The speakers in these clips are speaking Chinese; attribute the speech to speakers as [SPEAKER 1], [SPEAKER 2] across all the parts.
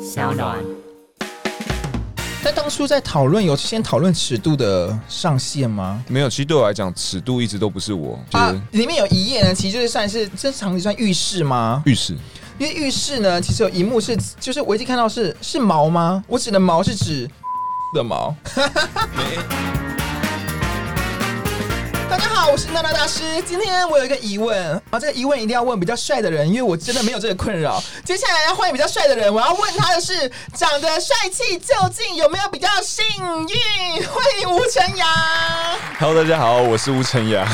[SPEAKER 1] 小暖。
[SPEAKER 2] 但当初在讨论有先讨论尺度的上限吗？
[SPEAKER 3] 没有，其实对我来讲，尺度一直都不是我，就是
[SPEAKER 2] 啊，里面有一页呢，其实就是算是这场景算浴室吗？
[SPEAKER 3] 浴室。
[SPEAKER 2] 因为浴室呢，其实有一幕是，就是我已经看到是是毛吗？我指的毛是指的毛。大家好，我是娜娜大师。今天我有一个疑问啊，这个疑问一定要问比较帅的人，因为我真的没有这个困扰。接下来要欢迎比较帅的人，我要问他的是，长得帅气究竟有没有比较幸运？欢迎吴晨阳，
[SPEAKER 3] Hello，大家好，我是吴晨雅。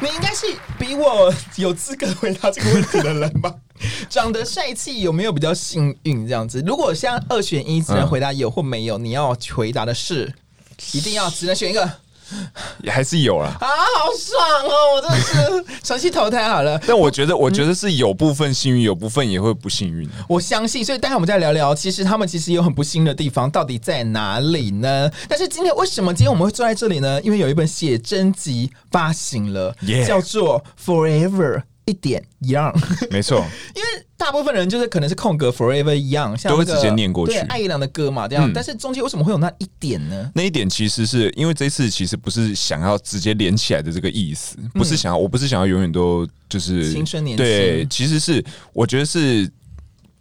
[SPEAKER 2] 你应该是比我有资格回答这个问题的人吧？长得帅气有没有比较幸运？这样子，如果像二选一，只能回答有或没有，你要回答的是，一定要只能选一个。
[SPEAKER 3] 也 还是有啦。
[SPEAKER 2] 啊，好爽哦！我真的是 重新投胎好了。
[SPEAKER 3] 但我觉得，我觉得是有部分幸运，有部分也会不幸运。
[SPEAKER 2] 我相信，所以待会我们再聊聊，其实他们其实也有很不幸的地方，到底在哪里呢？但是今天为什么今天我们会坐在这里呢？因为有一本写真集发行了
[SPEAKER 3] Yeah
[SPEAKER 2] 叫做《Forever 一点 Young》。
[SPEAKER 3] 没错，
[SPEAKER 2] 因为大部分人就是可能是空格 forever 一样，像、那
[SPEAKER 3] 都会
[SPEAKER 2] 个
[SPEAKER 3] 直接念过去
[SPEAKER 2] 对，爱伊朗的歌嘛，这样。
[SPEAKER 3] 嗯
[SPEAKER 2] 但是中间为什么会有那一点呢？
[SPEAKER 3] 那一点其实是因为这次其实不是想要直接连起来的这个意思，不是想要，我不是想要永远都就是
[SPEAKER 2] 嗯青春年轻
[SPEAKER 3] 对，其实是我觉得是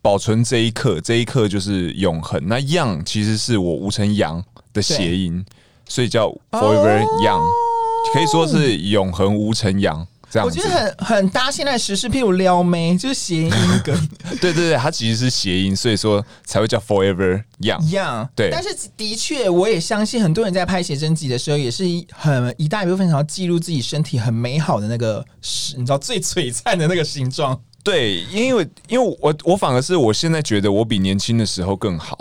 [SPEAKER 3] 保存这一刻，这一刻就是永恒。那 young 其实是我吴晨阳的谐音，所以叫 forever
[SPEAKER 2] 哦
[SPEAKER 3] young，、可以说是永恒吴晨阳这样
[SPEAKER 2] 我
[SPEAKER 3] 子。
[SPEAKER 2] 觉得很很搭现在时事，譬如撩妹，就是谐音 梗
[SPEAKER 3] 对对对，它其实是谐音，所以说才会叫 forever young
[SPEAKER 2] 一。样。
[SPEAKER 3] 对
[SPEAKER 2] 但是的确，我也相信很多人在拍写真集的时候，也是一很一大一部分想要记录自己身体很美好的那个，你知道最璀璨的那个形状。
[SPEAKER 3] 对，因为因为我我反而是我现在觉得我比年轻的时候更好。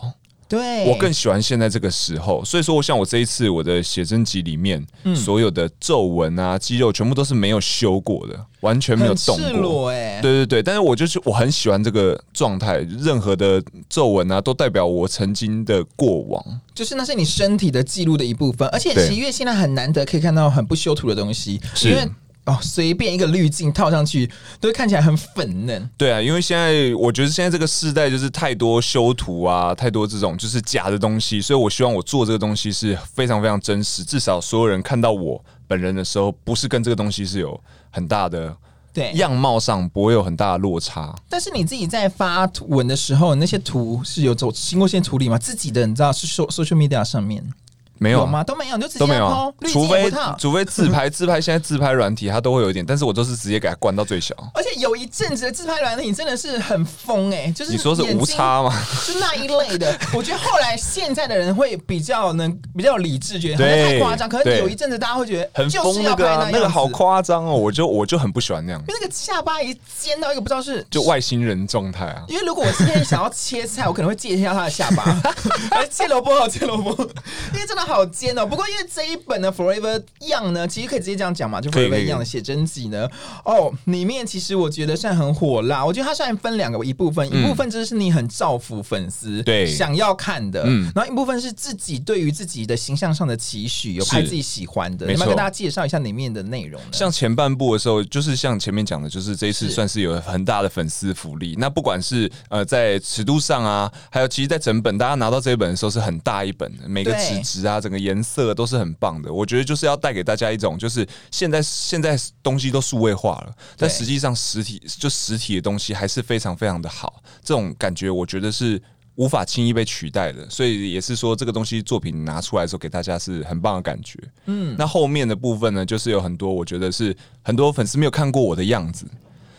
[SPEAKER 2] 对，
[SPEAKER 3] 我更喜欢现在这个时候，所以说，我想我这一次我的写真集里面，
[SPEAKER 2] 嗯
[SPEAKER 3] 所有的皱纹啊、肌肉全部都是没有修过的，完全没有
[SPEAKER 2] 很
[SPEAKER 3] 动
[SPEAKER 2] 赤
[SPEAKER 3] 过。
[SPEAKER 2] 裸哎、
[SPEAKER 3] 对对对，但是我就是我很喜欢这个状态，任何的皱纹啊，都代表我曾经的过往。
[SPEAKER 2] 就是那是你身体的记录的一部分，而且
[SPEAKER 3] 对
[SPEAKER 2] 十一月现在很难得可以看到很不修图的东西，
[SPEAKER 3] 是
[SPEAKER 2] 因为哦随便一个滤镜套上去都会看起来很粉嫩。
[SPEAKER 3] 对啊，因为现在我觉得现在这个世代就是太多修图啊，太多这种就是假的东西，所以我希望我做这个东西是非常非常真实，至少所有人看到我本人的时候，不是跟这个东西是有很大的
[SPEAKER 2] 对，
[SPEAKER 3] 样貌上不会有很大的落差。
[SPEAKER 2] 但是你自己在发文的时候，那些图是有走经过线处理吗？自己的你知道是 social social media 上面
[SPEAKER 3] 没
[SPEAKER 2] 有
[SPEAKER 3] 有啊
[SPEAKER 2] 吗？？都没有，你就直接
[SPEAKER 3] 都没有啊
[SPEAKER 2] po，滤
[SPEAKER 3] 除
[SPEAKER 2] 镜也
[SPEAKER 3] 非
[SPEAKER 2] 不套。
[SPEAKER 3] 除非自拍，自拍现在自拍软体它都会有一点，但是我都是直接给它关到最小。
[SPEAKER 2] 而且有一阵子的自拍软体真的是很疯哎、 就是
[SPEAKER 3] 你说是
[SPEAKER 2] 眼睛
[SPEAKER 3] 无差 吗？
[SPEAKER 2] 就那一类的。 我觉得后来现在的人会比较能比较理智，觉得好像
[SPEAKER 3] 对
[SPEAKER 2] 太夸张。可是
[SPEAKER 3] 对
[SPEAKER 2] 有一阵子大家会觉得
[SPEAKER 3] 很
[SPEAKER 2] 就
[SPEAKER 3] 疯
[SPEAKER 2] 是
[SPEAKER 3] 那
[SPEAKER 2] 要拍
[SPEAKER 3] 个啊、
[SPEAKER 2] 样
[SPEAKER 3] 那个好
[SPEAKER 2] 子
[SPEAKER 3] 夸张哦！我就我就很不喜欢那样，
[SPEAKER 2] 因为那个下巴一尖到一个不知道是
[SPEAKER 3] 就。外星人状态啊。
[SPEAKER 2] 因为如果我今天想要切菜，我可能会借一下他的下 巴，还是切萝卜，切萝卜，因为真的好尖哦。不过因为这一本呢，Forever Young 呢，其实可以直接这样讲嘛，就
[SPEAKER 3] 可以可
[SPEAKER 2] Forever
[SPEAKER 3] 以
[SPEAKER 2] Young 的写真集呢，哦，里面其实我觉得算很火辣，我觉得它算分两个一部分，一部分就是你很造福粉丝，
[SPEAKER 3] 嗯对
[SPEAKER 2] 想要看的，
[SPEAKER 3] 嗯
[SPEAKER 2] 然后一部分是自己对于自己的形象上的期许，有
[SPEAKER 3] 是
[SPEAKER 2] 拍自己喜欢的，
[SPEAKER 3] 没
[SPEAKER 2] 要不要
[SPEAKER 3] 错
[SPEAKER 2] 跟大家介绍一下里面的内容呢？
[SPEAKER 3] 像前半部的时候，就是像前面讲的，就是这一次
[SPEAKER 2] 是
[SPEAKER 3] 算是有很大的粉丝福利。那不管是呃在尺度上啊，还有其实，在整本大家拿到这一本的时候是很大一本的，每个
[SPEAKER 2] 对
[SPEAKER 3] 纸质啊，整个颜色都是很棒的。我觉得就是要带给大家一种，就是现在现在东西都数位化了，
[SPEAKER 2] 对
[SPEAKER 3] 但实际上实体就实体的东西还是非常非常的好，这种感觉我觉得是。无法轻易被取代的，所以也是说这个东西作品拿出来的时候，给大家是很棒的感觉。那后面的部分呢，就是有很多我觉得是很多粉丝没有看过我的样子，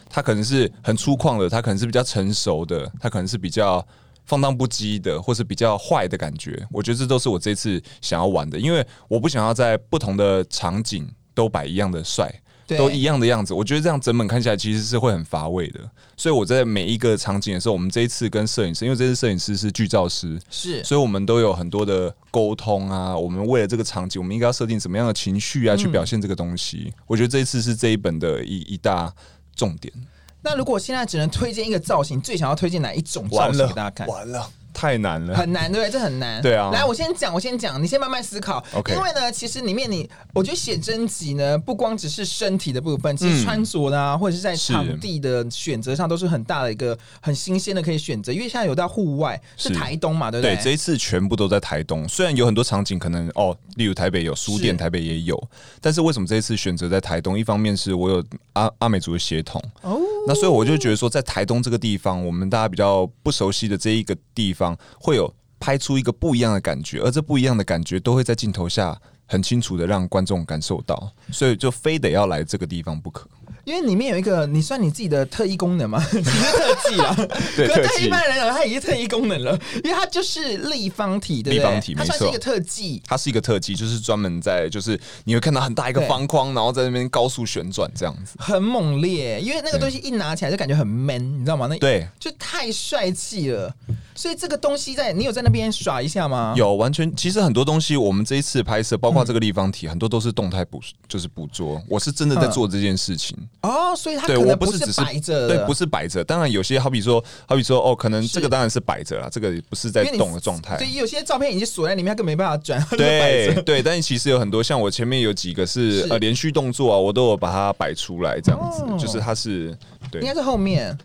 [SPEAKER 3] 他可能是很粗犷的，他可能是比较成熟的，他可能是比较放荡不羁的，或是比较坏的感觉。我觉得这都是我这次想要玩的，因为我不想要在不同的场景都摆一样的帅。
[SPEAKER 2] 对
[SPEAKER 3] 都一样的样子，我觉得这样整本看起来其实是会很乏味的。所以我在每一个场景的时候，我们这一次跟摄影师，因为这次摄影师是剧照师，
[SPEAKER 2] 是
[SPEAKER 3] 所以我们都有很多的沟通啊。我们为了这个场景，我们应该要设定怎么样的情绪啊，去表现这个东西。我觉得这一次是这一本的一一大重点。
[SPEAKER 2] 那如果现在只能推荐一个造型，最想要推荐哪一种造型给大家看？
[SPEAKER 3] 完了，太难了。
[SPEAKER 2] 很难，对不对？这很难。
[SPEAKER 3] 对啊
[SPEAKER 2] 来，我先讲，我先讲，你先慢慢思考。
[SPEAKER 3] OK
[SPEAKER 2] 因为呢，其实里面你，我觉得写真集呢，不光只是身体的部分，其实
[SPEAKER 3] 嗯
[SPEAKER 2] 穿着啦、或者是在
[SPEAKER 3] 是
[SPEAKER 2] 场地的选择上，都是很大的一个很新鲜的可以选择。因为现在有到户外，是
[SPEAKER 3] 是
[SPEAKER 2] 台东嘛，对不
[SPEAKER 3] 对，
[SPEAKER 2] 对？
[SPEAKER 3] 这一次全部都在台东。虽然有很多场景可能哦，例如台北有书店，
[SPEAKER 2] 是
[SPEAKER 3] 台北也有，但是为什么这一次选择在台东？一方面是我有阿阿美族的血统，
[SPEAKER 2] 哦，
[SPEAKER 3] 那所以我就觉得说，在台东这个地方，我们大家比较不熟悉的这一个地方，会有拍出一个不一样的感觉，而这不一样的感觉都会在镜头下很清楚的让观众感受到，所以就非得要来这个地方不可。
[SPEAKER 2] 因为里面有一个，你算你自己的特异功能 嘛，你是特技 啦。
[SPEAKER 3] 对
[SPEAKER 2] 可是
[SPEAKER 3] 特
[SPEAKER 2] 对
[SPEAKER 3] 技
[SPEAKER 2] 一般人来讲，它已经特异功能了，因为它就是立方体，对不对？
[SPEAKER 3] 立方体
[SPEAKER 2] 它算是
[SPEAKER 3] 没错
[SPEAKER 2] 一个特技。
[SPEAKER 3] 它是一个特技，就是专门在就是你会看到很大一个
[SPEAKER 2] 对
[SPEAKER 3] 方框，然后在那边高速旋转这样子。
[SPEAKER 2] 很猛烈，因为那个东西一拿起来就感觉很 man，你知道吗？那
[SPEAKER 3] 对，
[SPEAKER 2] 就太帅气了。所以这个东西在你有在那边耍一下吗？
[SPEAKER 3] 有完全，其实很多东西我们这一次拍摄，包括这个立方体，很多都是动态捕，就是捕捉。我是真的在做这件事情。
[SPEAKER 2] 哦，所以它
[SPEAKER 3] 对
[SPEAKER 2] 可
[SPEAKER 3] 我
[SPEAKER 2] 能
[SPEAKER 3] 不
[SPEAKER 2] 不
[SPEAKER 3] 是只是
[SPEAKER 2] 摆着的，
[SPEAKER 3] 对，不
[SPEAKER 2] 是
[SPEAKER 3] 是摆着。当然有些好比说，好比说哦，可能
[SPEAKER 2] 是
[SPEAKER 3] 这个当然是摆着啦，这个不是在动的状态
[SPEAKER 2] 所。以有些照片已经锁在里面，它根本没办法转，它就摆
[SPEAKER 3] 对
[SPEAKER 2] 着。
[SPEAKER 3] 对，但其实有很多像我前面有几个是
[SPEAKER 2] 是
[SPEAKER 3] 呃连续动作啊，我都有把它摆出来，这样子，
[SPEAKER 2] 哦
[SPEAKER 3] 就是它是
[SPEAKER 2] 应该
[SPEAKER 3] 对
[SPEAKER 2] 是后面。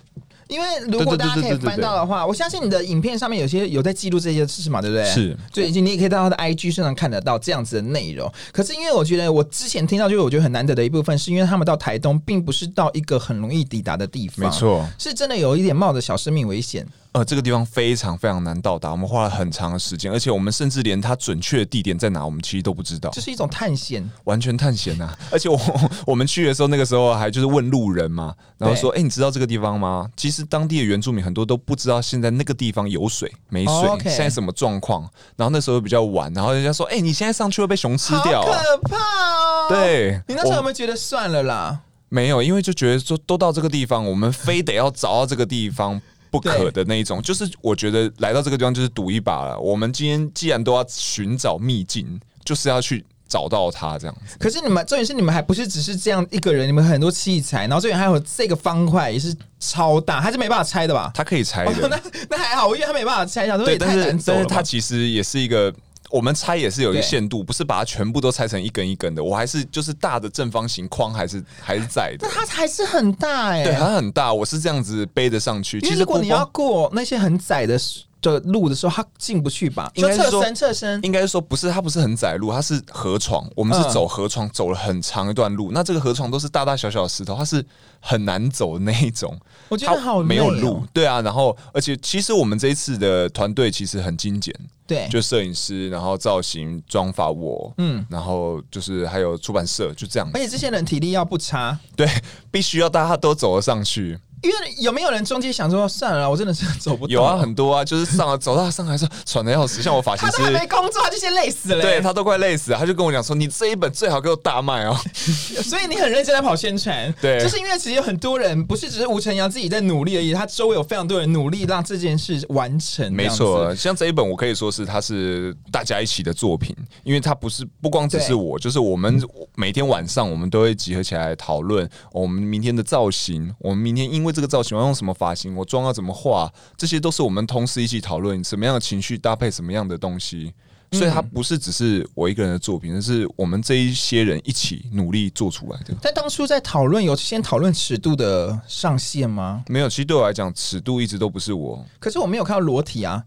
[SPEAKER 2] 因为如果
[SPEAKER 3] 对对对
[SPEAKER 2] 大家可以
[SPEAKER 3] 对对对
[SPEAKER 2] 翻到的话，我相信你的影片上面有些有在记录这些事嘛，对不对？
[SPEAKER 3] 是
[SPEAKER 2] 对，以及你也可以到他的 IG 身上看得到这样子的内容。可是因为我觉得我之前听到就是我觉得很难得的一部分，是因为他们到台东并不是到一个很容易抵达的地方，
[SPEAKER 3] 没，错。
[SPEAKER 2] 是真的有一点冒着小生命危险。
[SPEAKER 3] 呃，这个地方非常非常难到达，我们花了很长的时间，而且我们甚至连它准确的地点在哪，我们其实都不知道
[SPEAKER 2] 这。是一种探险。
[SPEAKER 3] 完全探险呐、啊而且我 我们去的时候，那个时候还就是问路人嘛，然后说：“哎、你知道这个地方吗？”其实当地的原住民很多都不知道现在那个地方有水没水，
[SPEAKER 2] 哦，OK
[SPEAKER 3] 现在什么状况。然后那时候比较晚，然后人家说：“哎、你现在上去会被熊吃掉、
[SPEAKER 2] 好
[SPEAKER 3] 啊。
[SPEAKER 2] 可怕哦！”
[SPEAKER 3] 对，
[SPEAKER 2] 你那时候有
[SPEAKER 3] 我
[SPEAKER 2] 没有觉得算了啦？
[SPEAKER 3] 没有，因为就觉得说都到这个地方，我们非得要找到这个地方。不可的那一种，就是我觉得来到这个地方就是赌一把了。我们今天既然都要寻找秘境，就是要去找到它，这样子。
[SPEAKER 2] 可是你们重点是你们还不是只是这样一个人，你们很多器材，然后这里还有这个方块也是超大，它是没办法拆的吧？
[SPEAKER 3] 它可以拆
[SPEAKER 2] 哦
[SPEAKER 3] 的，，
[SPEAKER 2] 那那还好，因为他没办法拆，想说
[SPEAKER 3] 对，
[SPEAKER 2] 也
[SPEAKER 3] 但
[SPEAKER 2] 太难
[SPEAKER 3] 是
[SPEAKER 2] 走
[SPEAKER 3] 但
[SPEAKER 2] 了
[SPEAKER 3] 是
[SPEAKER 2] 吧。
[SPEAKER 3] 它其实也是一个，我们拆也是有一个
[SPEAKER 2] 对
[SPEAKER 3] 限度，不是把它全部都拆成一根一根的。我还是就是大的正方形框还是还是在
[SPEAKER 2] 那，
[SPEAKER 3] 的
[SPEAKER 2] 它还是很大哎、
[SPEAKER 3] 对，它很大，我是这样子背着上去。
[SPEAKER 2] 因
[SPEAKER 3] 其
[SPEAKER 2] 为
[SPEAKER 3] 实
[SPEAKER 2] 如果
[SPEAKER 3] 不
[SPEAKER 2] 你要
[SPEAKER 3] 光
[SPEAKER 2] 过那些很窄的的路的时候，它进不去吧？
[SPEAKER 3] 应该是
[SPEAKER 2] 侧
[SPEAKER 3] 说
[SPEAKER 2] 身，侧身。
[SPEAKER 3] 应该说不是，它不是很窄路，它是河床。我们是
[SPEAKER 2] 嗯
[SPEAKER 3] 走河床，走了很长一段路。那这个河床都是大大小小的石头，它是很难走的那一种。
[SPEAKER 2] 我觉得
[SPEAKER 3] 它
[SPEAKER 2] 好累哦
[SPEAKER 3] 没有路，对啊。然后，而且其实我们这一次的团队其实很精简，
[SPEAKER 2] 对，
[SPEAKER 3] 就摄影师，然后造型、妆发我，
[SPEAKER 2] 嗯
[SPEAKER 3] 嗯，然后就是还有出版社，就这样
[SPEAKER 2] 而。且这些人体力要不差，
[SPEAKER 3] 对，必须要大家都走了上去。
[SPEAKER 2] 因为有没有人中间想说算了啦，我真的是走不动。
[SPEAKER 3] 有啊，很多啊，就是上了 走到上来说喘的要死，像我发型
[SPEAKER 2] 他都还没
[SPEAKER 3] 师，
[SPEAKER 2] 工作，他就先累死了、
[SPEAKER 3] 对他都快累死了，他就跟我讲说：“你这一本最好给我大卖哦。
[SPEAKER 2] 所以你很认真在跑宣传，
[SPEAKER 3] 对
[SPEAKER 2] 就是因为其实有很多人不是只是吴晨阳自己在努力而已，他周围有非常多人努力让这件事完成”。
[SPEAKER 3] 没错，，像这一本我可以说是它是大家一起的作品，因为它不是不光只是
[SPEAKER 2] 对
[SPEAKER 3] 我，就是我们每天晚上我们都会集合起来讨论、哦我们明天的造型，我们明天因为这个造型我要用什么发型，我妆要怎么化，这些都是我们同时一起讨论什么样的情绪搭配什么样的东西。所以它不是只是我一个人的作品，而是我们这一些人一起努力做出来的。
[SPEAKER 2] 但当初在讨论有先讨论尺度的上限吗？
[SPEAKER 3] 没有，其实对我来讲，尺度一直都不是我，
[SPEAKER 2] 可是我没有看到裸体 啊，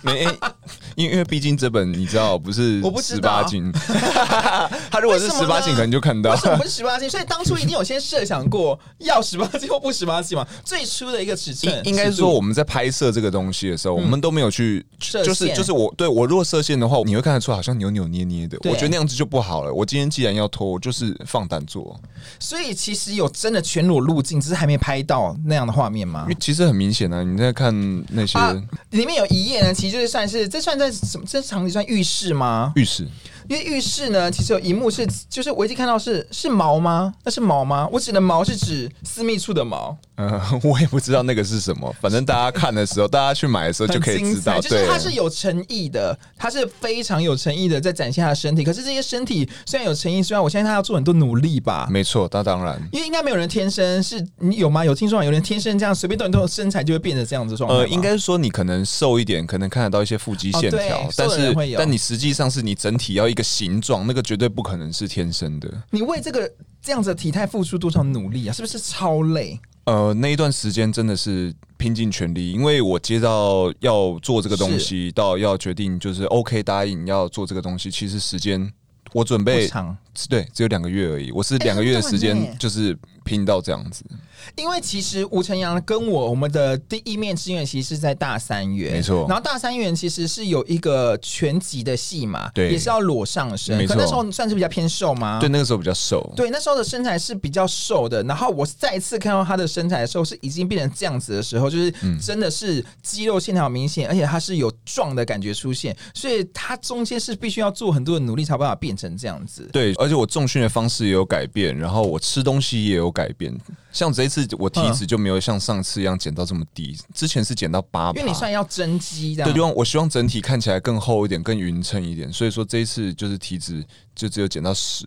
[SPEAKER 3] 没，因为因为毕竟这本你知道不是
[SPEAKER 2] 我不知
[SPEAKER 3] 十
[SPEAKER 2] 道
[SPEAKER 3] 八禁，他如果是
[SPEAKER 2] 为什
[SPEAKER 3] 十
[SPEAKER 2] 么呢
[SPEAKER 3] 八禁，可能就看到
[SPEAKER 2] 为。什么不是十八禁？所以当初一定有先设想过 要十八禁或不十八禁嘛？最初的一个尺寸
[SPEAKER 3] 应，应该
[SPEAKER 2] 尺度
[SPEAKER 3] 说，我们在拍摄这个东西的时候，我们都没有去，
[SPEAKER 2] 嗯设
[SPEAKER 3] 就是
[SPEAKER 2] 限
[SPEAKER 3] 就是我对我如果设限的话，你会看得出好像扭扭捏捏的，
[SPEAKER 2] 对
[SPEAKER 3] 我觉得那样子就不好了。我今天既然要脱，我就是放胆做，
[SPEAKER 2] 所以其实有真的全裸路径，只是还没拍到那样的画面吗
[SPEAKER 3] 因为？其实很明显啊，你在看那些
[SPEAKER 2] 啊啊，里面有一页呢，其实就是算是这算在什么？这场景算浴室吗？
[SPEAKER 3] 浴室，
[SPEAKER 2] 因为浴室呢，其实有一幕是，就是我已经看到是是毛吗？那是毛吗？我指的毛是指私密处的毛，
[SPEAKER 3] 嗯，我也不知道那个是什么，反正大家看的时候，大家去买的时候就可以
[SPEAKER 2] 很精
[SPEAKER 3] 知道，
[SPEAKER 2] 彩，就是
[SPEAKER 3] 对，
[SPEAKER 2] 它是有诚意的，它是非常有诚意的在展现他的身体。可是这些身体虽然有诚意，虽然我相信他要做很多努力吧。
[SPEAKER 3] 没错，那当然。
[SPEAKER 2] 因为应该没有人天生是你有吗？有听说吗有人天生这样随便动一动身材就会变成这样子的状态吗？
[SPEAKER 3] 呃，应该是说你可能瘦一点，可能看得到一些腹肌线条，
[SPEAKER 2] 哦对
[SPEAKER 3] 但
[SPEAKER 2] 瘦的人
[SPEAKER 3] 是
[SPEAKER 2] 会有
[SPEAKER 3] 但你实际上是你整体要一个形状，那个绝对不可能是天生的。
[SPEAKER 2] 你为这个这样子的体态付出多少努力啊？是不是超累？
[SPEAKER 3] 呃，那一段时间真的是拼尽全力，因为我接到要做这个东西，到要决定就是 OK 答应要做这个东西，其实时间我准
[SPEAKER 2] 不
[SPEAKER 3] 备
[SPEAKER 2] 长，
[SPEAKER 3] 对只有两个月而已，我是两个月的时
[SPEAKER 2] 哎那很短
[SPEAKER 3] 间
[SPEAKER 2] 耶
[SPEAKER 3] 就是拼到这样子，
[SPEAKER 2] 因为其实吴晨阳跟我我们的第一面之缘其实是在大三元，
[SPEAKER 3] 没错
[SPEAKER 2] 然后大三元其实是有一个全集的戏嘛，
[SPEAKER 3] 对
[SPEAKER 2] 也是要裸上身，
[SPEAKER 3] 没
[SPEAKER 2] 可
[SPEAKER 3] 错
[SPEAKER 2] 那时候算是比较偏瘦吗？
[SPEAKER 3] 对，。那个时候比较瘦，
[SPEAKER 2] 啊对，那时候的身材是比较瘦的，然后我再次看到他的身材的时候，是已经变成这样子的时候，就是
[SPEAKER 3] 嗯
[SPEAKER 2] 真的是肌肉线条明显，而且他是有壮的感觉出现，所以他中间是必须要做很多的努力，才有办法变成这样子。
[SPEAKER 3] 对，而且我重训的方式也有改变，然后我吃东西也有改变。像这一次我体脂就没有像上次一样减到这么低，之前是减到八，
[SPEAKER 2] 因为你算要增肌这
[SPEAKER 3] 啊对，
[SPEAKER 2] 样
[SPEAKER 3] 希，望我希望整体看起来更厚一点，更匀称一点。所以说这一次就是体脂就只有减到十，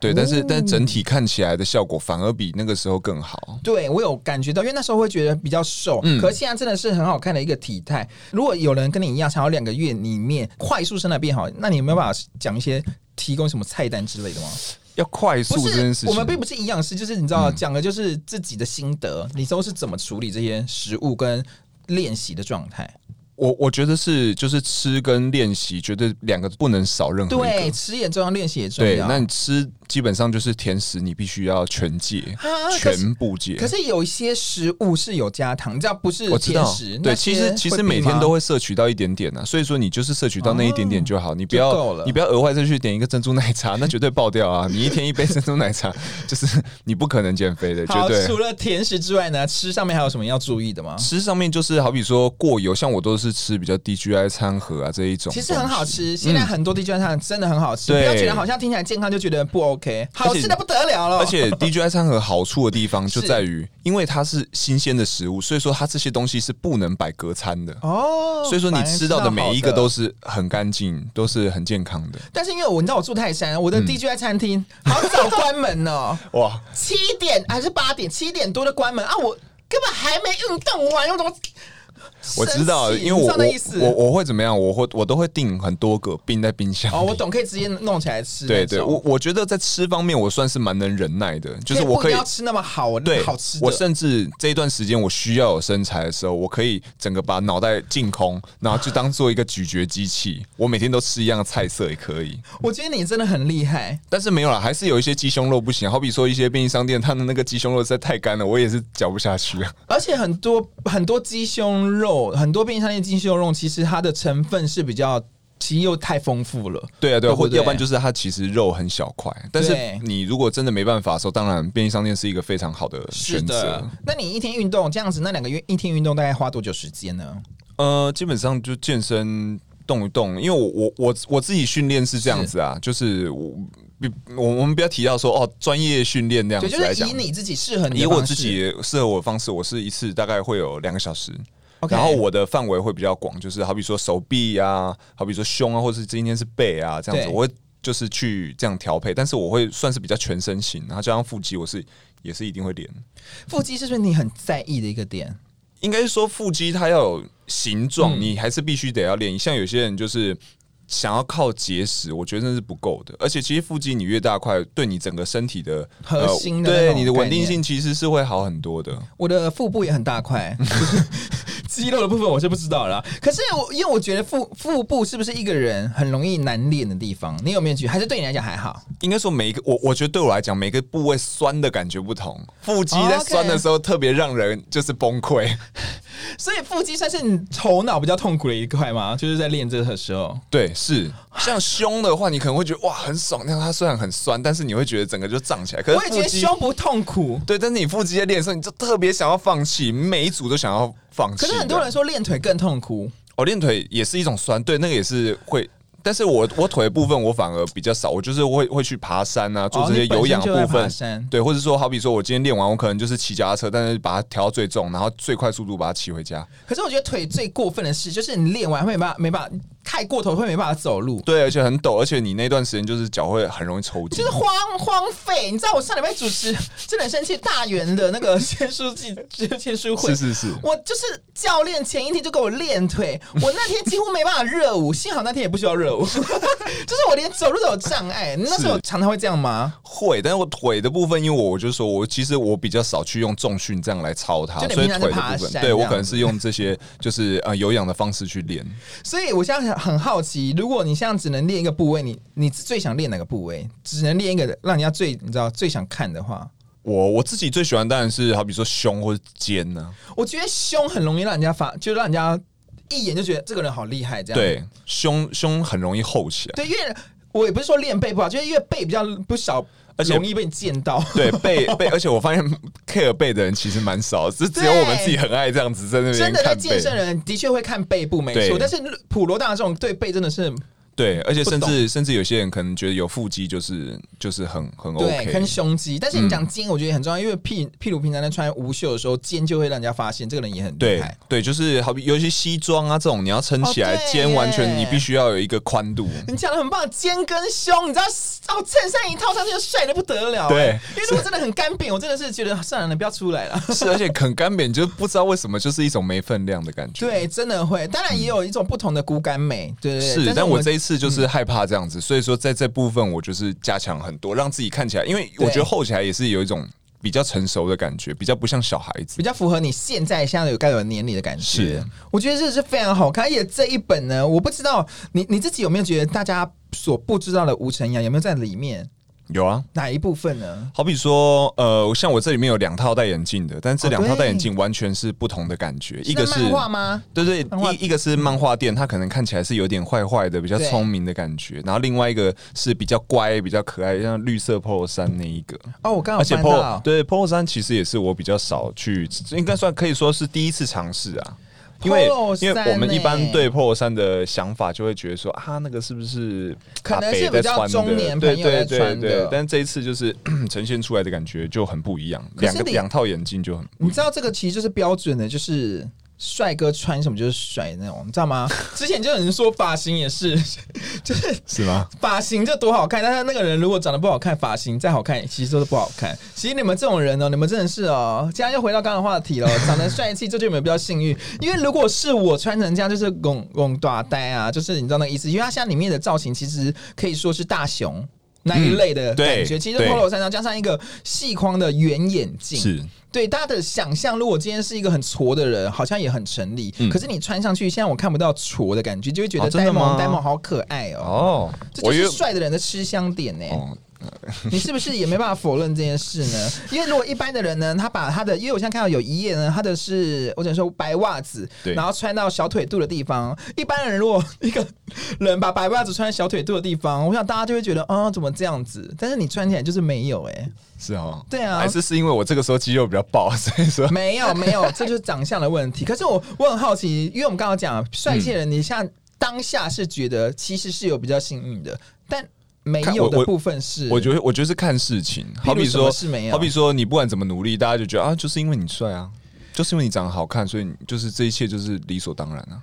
[SPEAKER 3] 对，但
[SPEAKER 2] 嗯
[SPEAKER 3] 是、但整体看起来的效果反而比那个时候更好。
[SPEAKER 2] 对我有感觉到，因为那时候会觉得比较瘦，
[SPEAKER 3] 嗯
[SPEAKER 2] 可是现在真的是很好看的一个体态。如果有人跟你一样，想要两个月里面快速身材变好，那你有没有办法讲一些提供什么菜单之类的吗？
[SPEAKER 3] 要快速
[SPEAKER 2] 不
[SPEAKER 3] 这件
[SPEAKER 2] 是
[SPEAKER 3] 事，情，
[SPEAKER 2] 我们并不是营养师，就是你知道，讲的就是自己的心得，你都是怎么处理这些食物跟练习的状态。
[SPEAKER 3] 我我觉得是就是吃跟练习绝对两个不能少任何一个。
[SPEAKER 2] 对，吃也重要，练习也重
[SPEAKER 3] 对，
[SPEAKER 2] 要。
[SPEAKER 3] 那你吃基本上就是甜食，你必须要全戒，
[SPEAKER 2] 啊可是
[SPEAKER 3] 全部戒。
[SPEAKER 2] 可是有一些食物是有加糖，你知道不是
[SPEAKER 3] 我知
[SPEAKER 2] 甜
[SPEAKER 3] 道
[SPEAKER 2] 食，，
[SPEAKER 3] 对，
[SPEAKER 2] 那
[SPEAKER 3] 其
[SPEAKER 2] 些
[SPEAKER 3] 实其
[SPEAKER 2] 会
[SPEAKER 3] 实
[SPEAKER 2] 避
[SPEAKER 3] 每天
[SPEAKER 2] 吗哦
[SPEAKER 3] 都会摄取到一点点啊呐、所以说你就是摄取到那一点点就好，你不
[SPEAKER 2] 就够
[SPEAKER 3] 要
[SPEAKER 2] 了
[SPEAKER 3] 你不要额外再去点一个珍珠奶茶， 那绝对爆掉啊！你一天一杯珍珠奶茶， 就是你不可能减肥的，绝
[SPEAKER 2] 好，
[SPEAKER 3] 对
[SPEAKER 2] 除。了甜食之外呢，吃上面还有什么要注意的吗？
[SPEAKER 3] 吃上面就是好比说过油，像我都是吃比较低 GI 餐盒啊这一种，
[SPEAKER 2] 其实很好。吃，现在很多地区餐真的很好吃，
[SPEAKER 3] 嗯对
[SPEAKER 2] 不要觉得好像听起来健康就觉得不 OK，好吃的不得了了。
[SPEAKER 3] 而 且 DJI 餐盒好处的地方就是在于，因为它是新鲜的食物，所以说它这些东西是不能摆隔餐的，
[SPEAKER 2] 哦，
[SPEAKER 3] 所以说你
[SPEAKER 2] 反而
[SPEAKER 3] 吃到的每一个
[SPEAKER 2] 好
[SPEAKER 3] 都是很干净，都是很健康的。
[SPEAKER 2] 但是因为我你知道我住泰山，
[SPEAKER 3] 嗯
[SPEAKER 2] 我的 DJI 餐厅好早关门哦，
[SPEAKER 3] 哇，
[SPEAKER 2] 七点还是八点，七点多就关门啊，我根本还没运动完，我怎么？
[SPEAKER 3] 我知道，
[SPEAKER 2] 生气
[SPEAKER 3] 因为
[SPEAKER 2] 你知
[SPEAKER 3] 我
[SPEAKER 2] 道那意思
[SPEAKER 3] 我我我会怎么样？我会我都会订很多个冰在冰箱里。
[SPEAKER 2] 哦，我懂，可以直接弄起来吃那哦
[SPEAKER 3] 对
[SPEAKER 2] 种。
[SPEAKER 3] 对，我我觉得在吃方面，我算是蛮能忍耐的，就是我
[SPEAKER 2] 不
[SPEAKER 3] 可
[SPEAKER 2] 一定
[SPEAKER 3] 以
[SPEAKER 2] 要吃那么好，
[SPEAKER 3] 对
[SPEAKER 2] 好吃的。
[SPEAKER 3] 我甚至这一段时间我需要有身材的时候，我可以整个把脑袋净空，然后就当做一个咀嚼机器。我每天都吃一样的菜色也可以，
[SPEAKER 2] 我觉得你真的很厉害，
[SPEAKER 3] 但是没有啦，还是有一些鸡胸肉不行。好比说一些便利商店，它的那个鸡胸肉实在太干了，我也是嚼不下去啊。
[SPEAKER 2] 而且很多很多鸡胸肉，很多便利商店鸡胸肉，其实它的成分是比较，其实又太丰富了。
[SPEAKER 3] 对啊，对啊，
[SPEAKER 2] 对不
[SPEAKER 3] 或
[SPEAKER 2] 对
[SPEAKER 3] 要不然就是它其实肉很小块，但是
[SPEAKER 2] 对
[SPEAKER 3] 你如果真的没办法的时候，当然便利商店是一个非常好的
[SPEAKER 2] 是
[SPEAKER 3] 选择
[SPEAKER 2] 的。，那你一天运动这样子，那两个月一天运动大概花多久时间呢？
[SPEAKER 3] 呃，基本上就健身动一动，因为我我我我自己训练是这样子啊，就是我我我们不要提到说哦专业训练那样
[SPEAKER 2] 对，
[SPEAKER 3] 子
[SPEAKER 2] 就
[SPEAKER 3] 来
[SPEAKER 2] 是
[SPEAKER 3] 讲
[SPEAKER 2] 以。你自己适合你的
[SPEAKER 3] 以我
[SPEAKER 2] 方
[SPEAKER 3] 自
[SPEAKER 2] 式
[SPEAKER 3] 己适合我的方式，我是一次大概会有两个小时
[SPEAKER 2] OK
[SPEAKER 3] 然后我的范围会比较广，就是好比说手臂啊，好比说胸啊，或是今天是背啊这样子，
[SPEAKER 2] 对
[SPEAKER 3] 我会就是去这样调配，但是我会算是比较全身型，然后加上腹肌，我是也是一定会练。
[SPEAKER 2] 腹肌是不是你很在意的一个点？
[SPEAKER 3] 应该是说腹肌它要有形状，
[SPEAKER 2] 嗯
[SPEAKER 3] 你还是必须得要练。像有些人就是想要靠节食，我觉得那是不够的。而且其实腹肌你越大块，对你整个身体的呃
[SPEAKER 2] 核心的那
[SPEAKER 3] 对
[SPEAKER 2] 种
[SPEAKER 3] 你的稳定
[SPEAKER 2] 概
[SPEAKER 3] 性其实是会好很多的。
[SPEAKER 2] 我的腹部也很大块， 肌肉的部分我是不知道啦。可是我因为我觉得腹腹部是不是一个人很容易难练的地方？你有没有觉得？还是对你来讲还好？
[SPEAKER 3] 应该说每一个我，我觉得对我来讲，每个部位酸的感觉不同。腹肌
[SPEAKER 2] 哦
[SPEAKER 3] 在
[SPEAKER 2] ，OK
[SPEAKER 3] 酸的时候特别让人就是崩溃。
[SPEAKER 2] 所以腹肌算是你头脑比较痛苦的一块吗？就是在练这个时候。
[SPEAKER 3] 对，是像胸的话，你可能会觉得哇很爽，但它虽然很酸，但是你会觉得整个就胀起来。可是
[SPEAKER 2] 我也觉
[SPEAKER 3] 腹
[SPEAKER 2] 得
[SPEAKER 3] 肌
[SPEAKER 2] 胸不痛苦，
[SPEAKER 3] 对，但是你腹肌在练的时候，你就特别想要放弃，每一组都想要放弃。
[SPEAKER 2] 可是很多人，说练腿更痛苦。
[SPEAKER 3] 哦，练腿也是一种酸，对，那个也是会但是我我腿的部分我反而比较少，我就是会会去爬山啊，做这些
[SPEAKER 2] 哦你本
[SPEAKER 3] 有氧
[SPEAKER 2] 身就在
[SPEAKER 3] 部分，
[SPEAKER 2] 爬山
[SPEAKER 3] 对，或者说好比说我今天练完，我可能就是骑脚踏车，但是把它调到最重，然后最快速度把它骑回家。
[SPEAKER 2] 可是我觉得腿最过分的是，就是你练完会没办法，没办法太过头，会没办法走路。
[SPEAKER 3] 对，而且很陡，而且你那段时间就是脚会很容易抽
[SPEAKER 2] 就。
[SPEAKER 3] 筋
[SPEAKER 2] 是荒荒废，你知道我上礼拜主持真的很生气大元的那个签书 记签书会，
[SPEAKER 3] 是是是，
[SPEAKER 2] 我就是教练前一天就给我练腿，我那天几乎没办法热舞，幸好那天也不需要热舞， 就是我连走路都有障碍。你那时候
[SPEAKER 3] 是
[SPEAKER 2] 常常会这样吗？
[SPEAKER 3] 会，但是我腿的部分，因为我我就说我其实我比较少去用重训这样来操它
[SPEAKER 2] 就，你
[SPEAKER 3] 所以
[SPEAKER 2] 平常
[SPEAKER 3] 腿
[SPEAKER 2] 是爬
[SPEAKER 3] 的部分，
[SPEAKER 2] 山
[SPEAKER 3] 对
[SPEAKER 2] 这
[SPEAKER 3] 我
[SPEAKER 2] 样
[SPEAKER 3] 可能是用这些就是呃有氧的方式去练。
[SPEAKER 2] 所以我现在很好奇，如果你现在只能练一个部位，你你最想练哪个部位？只能练一个让人家最你知道最想看的话，
[SPEAKER 3] 我我自己最喜欢当然是好比说胸或者肩啊呢、
[SPEAKER 2] 我觉得胸很容易让人家发，就让人家一眼就觉得这个人好厉害这样。
[SPEAKER 3] 对，胸胸很容易厚起来。
[SPEAKER 2] 对，因为我也不是说练背不好，就是因为背比较不少，
[SPEAKER 3] 而且
[SPEAKER 2] 容易被你见到。
[SPEAKER 3] 对 背背，而且我发现 care 背的人其实蛮少，只只有我们自己很爱这样子在那边
[SPEAKER 2] 真的在
[SPEAKER 3] 看
[SPEAKER 2] 健
[SPEAKER 3] 背。
[SPEAKER 2] 身人的确会看背部没错
[SPEAKER 3] 对，
[SPEAKER 2] 但是普罗大众对背真的是
[SPEAKER 3] 对，而且
[SPEAKER 2] 不
[SPEAKER 3] 甚至甚至有些人可能觉得有腹肌就是就是很很
[SPEAKER 2] 对
[SPEAKER 3] OK，
[SPEAKER 2] 跟胸肌，但是你讲肩，我觉得也很重要，因为譬譬如平常在穿无袖的时候，肩就会让人家发现这个人也很厉
[SPEAKER 3] 对
[SPEAKER 2] 害。
[SPEAKER 3] 对，就是好比尤其西装啊这种，你要撑起来
[SPEAKER 2] 哦，对
[SPEAKER 3] 肩完全
[SPEAKER 2] 耶
[SPEAKER 3] 你必须要有一个宽度。
[SPEAKER 2] 你讲的很棒，肩跟胸，你知道哦，衬衫一套上去就帅的不得了。
[SPEAKER 3] 对
[SPEAKER 2] 哎因为如果真的很干瘪，我真的是觉得算了，你不要出来 了。
[SPEAKER 3] 是，而且很干瘪，你就不知道为什么，就是一种没分量的感觉。，
[SPEAKER 2] 对，真的会，当然也有一种不同的骨感美，对对对。
[SPEAKER 3] 是，但
[SPEAKER 2] 我
[SPEAKER 3] 我
[SPEAKER 2] 们嗯
[SPEAKER 3] 这一次就是害怕这样子，所以说在这部分我就是加强很多，让自己看起来，因为我觉得厚起来也是有一种比较成熟的感觉，比较不像小孩子
[SPEAKER 2] 比。较符合你现在现在有该有的年龄的感觉。
[SPEAKER 3] 是，
[SPEAKER 2] 我觉得这是非常好看。而且这一本呢，我不知道你你自己有没有觉得大家所不知道的吴承阳有没有在里面
[SPEAKER 3] 有啊，
[SPEAKER 2] 哪一部分呢？
[SPEAKER 3] 好比说，呃，像我这里面有两套戴眼镜的，但这
[SPEAKER 2] 哦
[SPEAKER 3] 两套戴眼
[SPEAKER 2] 对
[SPEAKER 3] 镜完全是不同的感觉，一个是
[SPEAKER 2] 漫画吗？
[SPEAKER 3] 对对
[SPEAKER 2] 漫画，
[SPEAKER 3] 一一个是漫画店，它可能看起来是有点坏坏的，比较
[SPEAKER 2] 对
[SPEAKER 3] 聪明的感觉，然后另外一个是比较乖、比较可爱，像绿色 polo 衫那一个。
[SPEAKER 2] 哦，我刚
[SPEAKER 3] 而
[SPEAKER 2] 好
[SPEAKER 3] 且
[SPEAKER 2] 翻
[SPEAKER 3] polo
[SPEAKER 2] 到。
[SPEAKER 3] 对 polo 衫其实也是我比较少去，应该算可以说是第一次尝试啊。因为
[SPEAKER 2] Polo
[SPEAKER 3] 因为我们一
[SPEAKER 2] 衫
[SPEAKER 3] 般
[SPEAKER 2] 欸
[SPEAKER 3] 对 polo 衫的想法就会觉得说啊，那个是不是
[SPEAKER 2] 可能是
[SPEAKER 3] 阿伯在
[SPEAKER 2] 比较
[SPEAKER 3] 穿的
[SPEAKER 2] 中年
[SPEAKER 3] 对
[SPEAKER 2] 朋友
[SPEAKER 3] 对
[SPEAKER 2] 在
[SPEAKER 3] 对
[SPEAKER 2] 穿的
[SPEAKER 3] 对，但这一次就是 呈现出来的感觉就很不一样，
[SPEAKER 2] 可是
[SPEAKER 3] 两个
[SPEAKER 2] 你嗯
[SPEAKER 3] 两套眼镜就很不一
[SPEAKER 2] 你
[SPEAKER 3] 样
[SPEAKER 2] 知道这个其实就是标准的，就是帅哥穿什么就是帅那种，你知道 吗？之前就有人说发型也是，就是
[SPEAKER 3] 是吗？
[SPEAKER 2] 发型就多好看，但是那个人如果长得不好看，发型再好看，其实都是不好看。其实你们这种人哦，你们真的是哦，现在又回到刚刚的话题了，长得帅气，这就你们比较幸运。因为如果是我穿成这样，就是拱拱大呆啊，就是你知道那个意思。因为它现在里面的造型其实可以说是大熊那一类的感觉，
[SPEAKER 3] 嗯对
[SPEAKER 2] 其实
[SPEAKER 3] 对
[SPEAKER 2] polo 衫，然后加上一个细框的圆眼镜，
[SPEAKER 3] 是
[SPEAKER 2] 对大家的想象，如果今天是一个很挫的人，好像也很成立。
[SPEAKER 3] 嗯
[SPEAKER 2] 可是你穿上去，现在我看不到挫的感觉，就会觉
[SPEAKER 3] 哦
[SPEAKER 2] 得
[SPEAKER 3] 真的
[SPEAKER 2] 呆萌、
[SPEAKER 3] 吗
[SPEAKER 2] 呆萌好可爱哦。
[SPEAKER 3] 哦，
[SPEAKER 2] 这就
[SPEAKER 3] 我以为
[SPEAKER 2] 是帅的人的吃香点呢、
[SPEAKER 3] 哦，
[SPEAKER 2] 你是不是也没办法否认这件事 呢？因为如果一般的人呢，他把他的，因为我现在看到有一页呢，他的是我只能说白袜子，
[SPEAKER 3] 对
[SPEAKER 2] 然后穿到小腿肚的地方。一般人如果一个人把白袜子穿到小腿肚的地方，我想大家就会觉得啊、怎么这样子？但是你穿起来就是没有哎、
[SPEAKER 3] 是哦，
[SPEAKER 2] 对啊
[SPEAKER 3] 还是是因为我这个时候肌肉比较爆，所以说
[SPEAKER 2] 没有没有，这就是长相的问题。可是我我很好奇，因为我们刚刚讲帅气的人，你像当下是觉得其实是有比较幸运的，但没
[SPEAKER 3] 看
[SPEAKER 2] 有
[SPEAKER 3] 我
[SPEAKER 2] 的
[SPEAKER 3] 我
[SPEAKER 2] 部分是，
[SPEAKER 3] 我觉得我觉得是看事情，好比
[SPEAKER 2] 如什么
[SPEAKER 3] 说
[SPEAKER 2] 事没有
[SPEAKER 3] 好比说你不管怎么努力，大家就觉得啊，就是因为你帅啊，就是因为你长得好看，所以你就是这一切就是理所当然啊。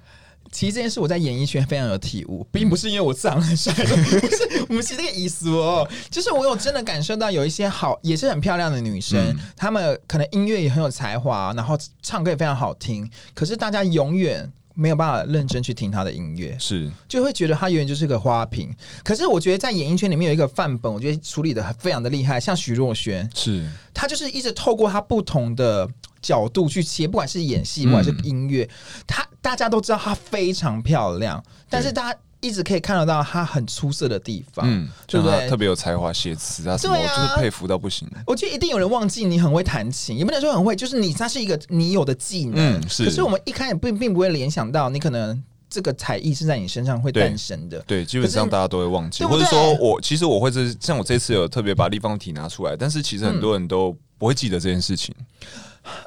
[SPEAKER 2] 其实这件事我在演艺圈非常有体悟，并不是因为我长得很帅， 不是我们是这个意思哦，就是我有真的感受到有一些好也是很漂亮的女生，她们可能音乐也很有才华，然后唱歌也非常好听，可是大家永远没有办法认真去听她的音乐，
[SPEAKER 3] 是
[SPEAKER 2] 就会觉得她永远就是个花瓶。可是我觉得在演艺圈里面有一个范本，我觉得处理的非常的厉害，像徐若瑄，
[SPEAKER 3] 是，
[SPEAKER 2] 他就是一直透过他不同的角度去切，不管是演
[SPEAKER 3] 嗯
[SPEAKER 2] 戏，不管是音乐，他大家都知道她非常漂亮，但是大家一直可以看得到她很出色的地方，
[SPEAKER 3] 嗯，
[SPEAKER 2] 对不
[SPEAKER 3] 像他
[SPEAKER 2] 对
[SPEAKER 3] 特？别有才华，写词啊什么，
[SPEAKER 2] 对
[SPEAKER 3] 我
[SPEAKER 2] 啊
[SPEAKER 3] 就是佩服到不行。
[SPEAKER 2] 我觉得一定有人忘记你很会弹琴，也不能说很会，就是你它是一个你有的技能。
[SPEAKER 3] 嗯是
[SPEAKER 2] 可是我们一开始并并不会联想到你可能这个才艺是在你身上会
[SPEAKER 3] 对
[SPEAKER 2] 诞生的。
[SPEAKER 3] 对，基本上
[SPEAKER 2] 可是
[SPEAKER 3] 大家都会忘记，
[SPEAKER 2] 对不
[SPEAKER 3] 或者
[SPEAKER 2] 对
[SPEAKER 3] 说我其实我会这像我这次有特别把立方体拿出来，但是其实很多人都不会记得这件事情。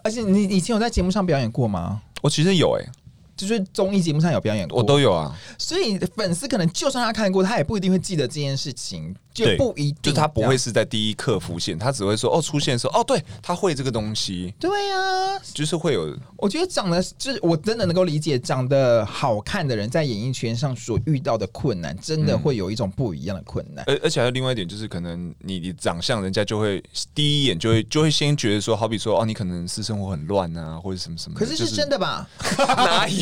[SPEAKER 2] 而且你你以前有在节目上表演过吗？
[SPEAKER 3] 我其实有哎、
[SPEAKER 2] 就是综艺节目上有表演过，
[SPEAKER 3] 我都有啊，
[SPEAKER 2] 所以粉丝可能就算他看过，他也不一定会记得这件事情，就
[SPEAKER 3] 对
[SPEAKER 2] 不一定，
[SPEAKER 3] 就他不会是在第一刻浮现，他只会说哦，出现的时候哦，对他会这个东西，
[SPEAKER 2] 这样。对啊，
[SPEAKER 3] 就是会有
[SPEAKER 2] 我觉得长得就是我真的能够理解长得好看的人在演艺圈上所遇到的困难，真
[SPEAKER 3] 嗯
[SPEAKER 2] 的会有一种不一样的困难。
[SPEAKER 3] 而而且还有另外一点，就是可能你你长相，人家就会第一眼就会就会先觉得说，好比说哦，你可能私生活很乱啊，或者什么什么的。
[SPEAKER 2] 可是是真
[SPEAKER 3] 的、
[SPEAKER 2] 的吧？
[SPEAKER 3] 哪有？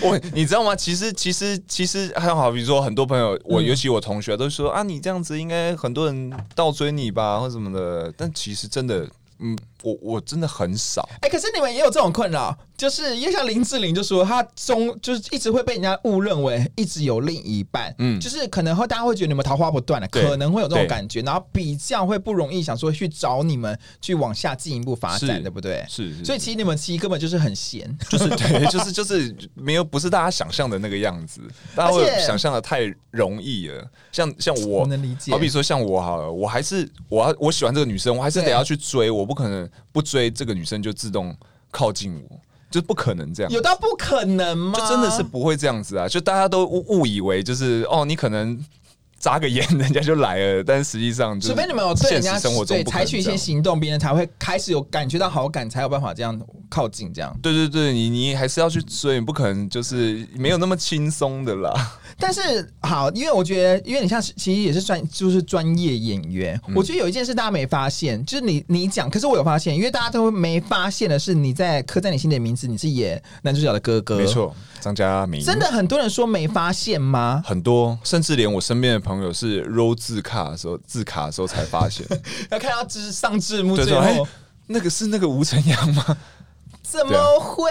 [SPEAKER 3] 我你知道吗？其实其实其实还好，比如说很多朋友，
[SPEAKER 2] 嗯
[SPEAKER 3] 我、尤其我同学都说啊，你这样子应该很多人倒追你吧，或什么的。但其实真的，嗯，我我真的很少。
[SPEAKER 2] 哎、可是你们也有这种困扰，就是因为像林志玲就说，她中就是一直会被人家误认为一直有另一半，嗯，
[SPEAKER 3] 嗯
[SPEAKER 2] 就是可能会大家会觉得你们桃花不断了，啊
[SPEAKER 3] 对
[SPEAKER 2] 可能会有这种
[SPEAKER 3] 对
[SPEAKER 2] 感觉，然后比较会不容易想说去找你们去往下进一步发展，
[SPEAKER 3] 是
[SPEAKER 2] 对不对？
[SPEAKER 3] 是是
[SPEAKER 2] 所以其实你们其实根本就是很闲，
[SPEAKER 3] 就是对，就是就是没有不是大家想象的那个样子，大家会
[SPEAKER 2] 而且
[SPEAKER 3] 想象的太容易了。像像 我，
[SPEAKER 2] 我能理解
[SPEAKER 3] 好比说像我好了，我还是我要我喜欢这个女生，我还是得
[SPEAKER 2] 对
[SPEAKER 3] 要去追，我不可能不追这个女生就自动靠近我，就不可能这样。
[SPEAKER 2] 有到不可能吗？
[SPEAKER 3] 就真的是不会这样子啊！就大家都误误以为就是哦，你可能眨个眼人家就来了，但实际上就是
[SPEAKER 2] 除非你们有对
[SPEAKER 3] 现
[SPEAKER 2] 人
[SPEAKER 3] 实
[SPEAKER 2] 家
[SPEAKER 3] 生活中
[SPEAKER 2] 对
[SPEAKER 3] 不可
[SPEAKER 2] 采
[SPEAKER 3] 能
[SPEAKER 2] 取一
[SPEAKER 3] 这
[SPEAKER 2] 些
[SPEAKER 3] 样
[SPEAKER 2] 行动，别人才会开始有感觉到好感，才有办法这样靠近。这样，
[SPEAKER 3] 对对对，你你还是要去追，你不可能就是没有那么轻松的啦。
[SPEAKER 2] 但是好，因为我觉得，因为你像是其实也是专就是专业演员，
[SPEAKER 3] 嗯
[SPEAKER 2] 我觉得有一件事大家没发现，就是你你讲，可是我有发现，因为大家都没发现的是，你在刻在你心里的名字，你是演男主角的哥哥，
[SPEAKER 3] 没。错，张嘉明
[SPEAKER 2] 真的很多人说没发现 吗？
[SPEAKER 3] 很多，甚至连我身边的朋友是 roll 字卡的时候，字卡的时候才发现，
[SPEAKER 2] 要看到就是上字幕
[SPEAKER 3] 就
[SPEAKER 2] 最
[SPEAKER 3] 说哎、
[SPEAKER 2] 后，
[SPEAKER 3] 那个是那个吴承阳吗？
[SPEAKER 2] 怎么会？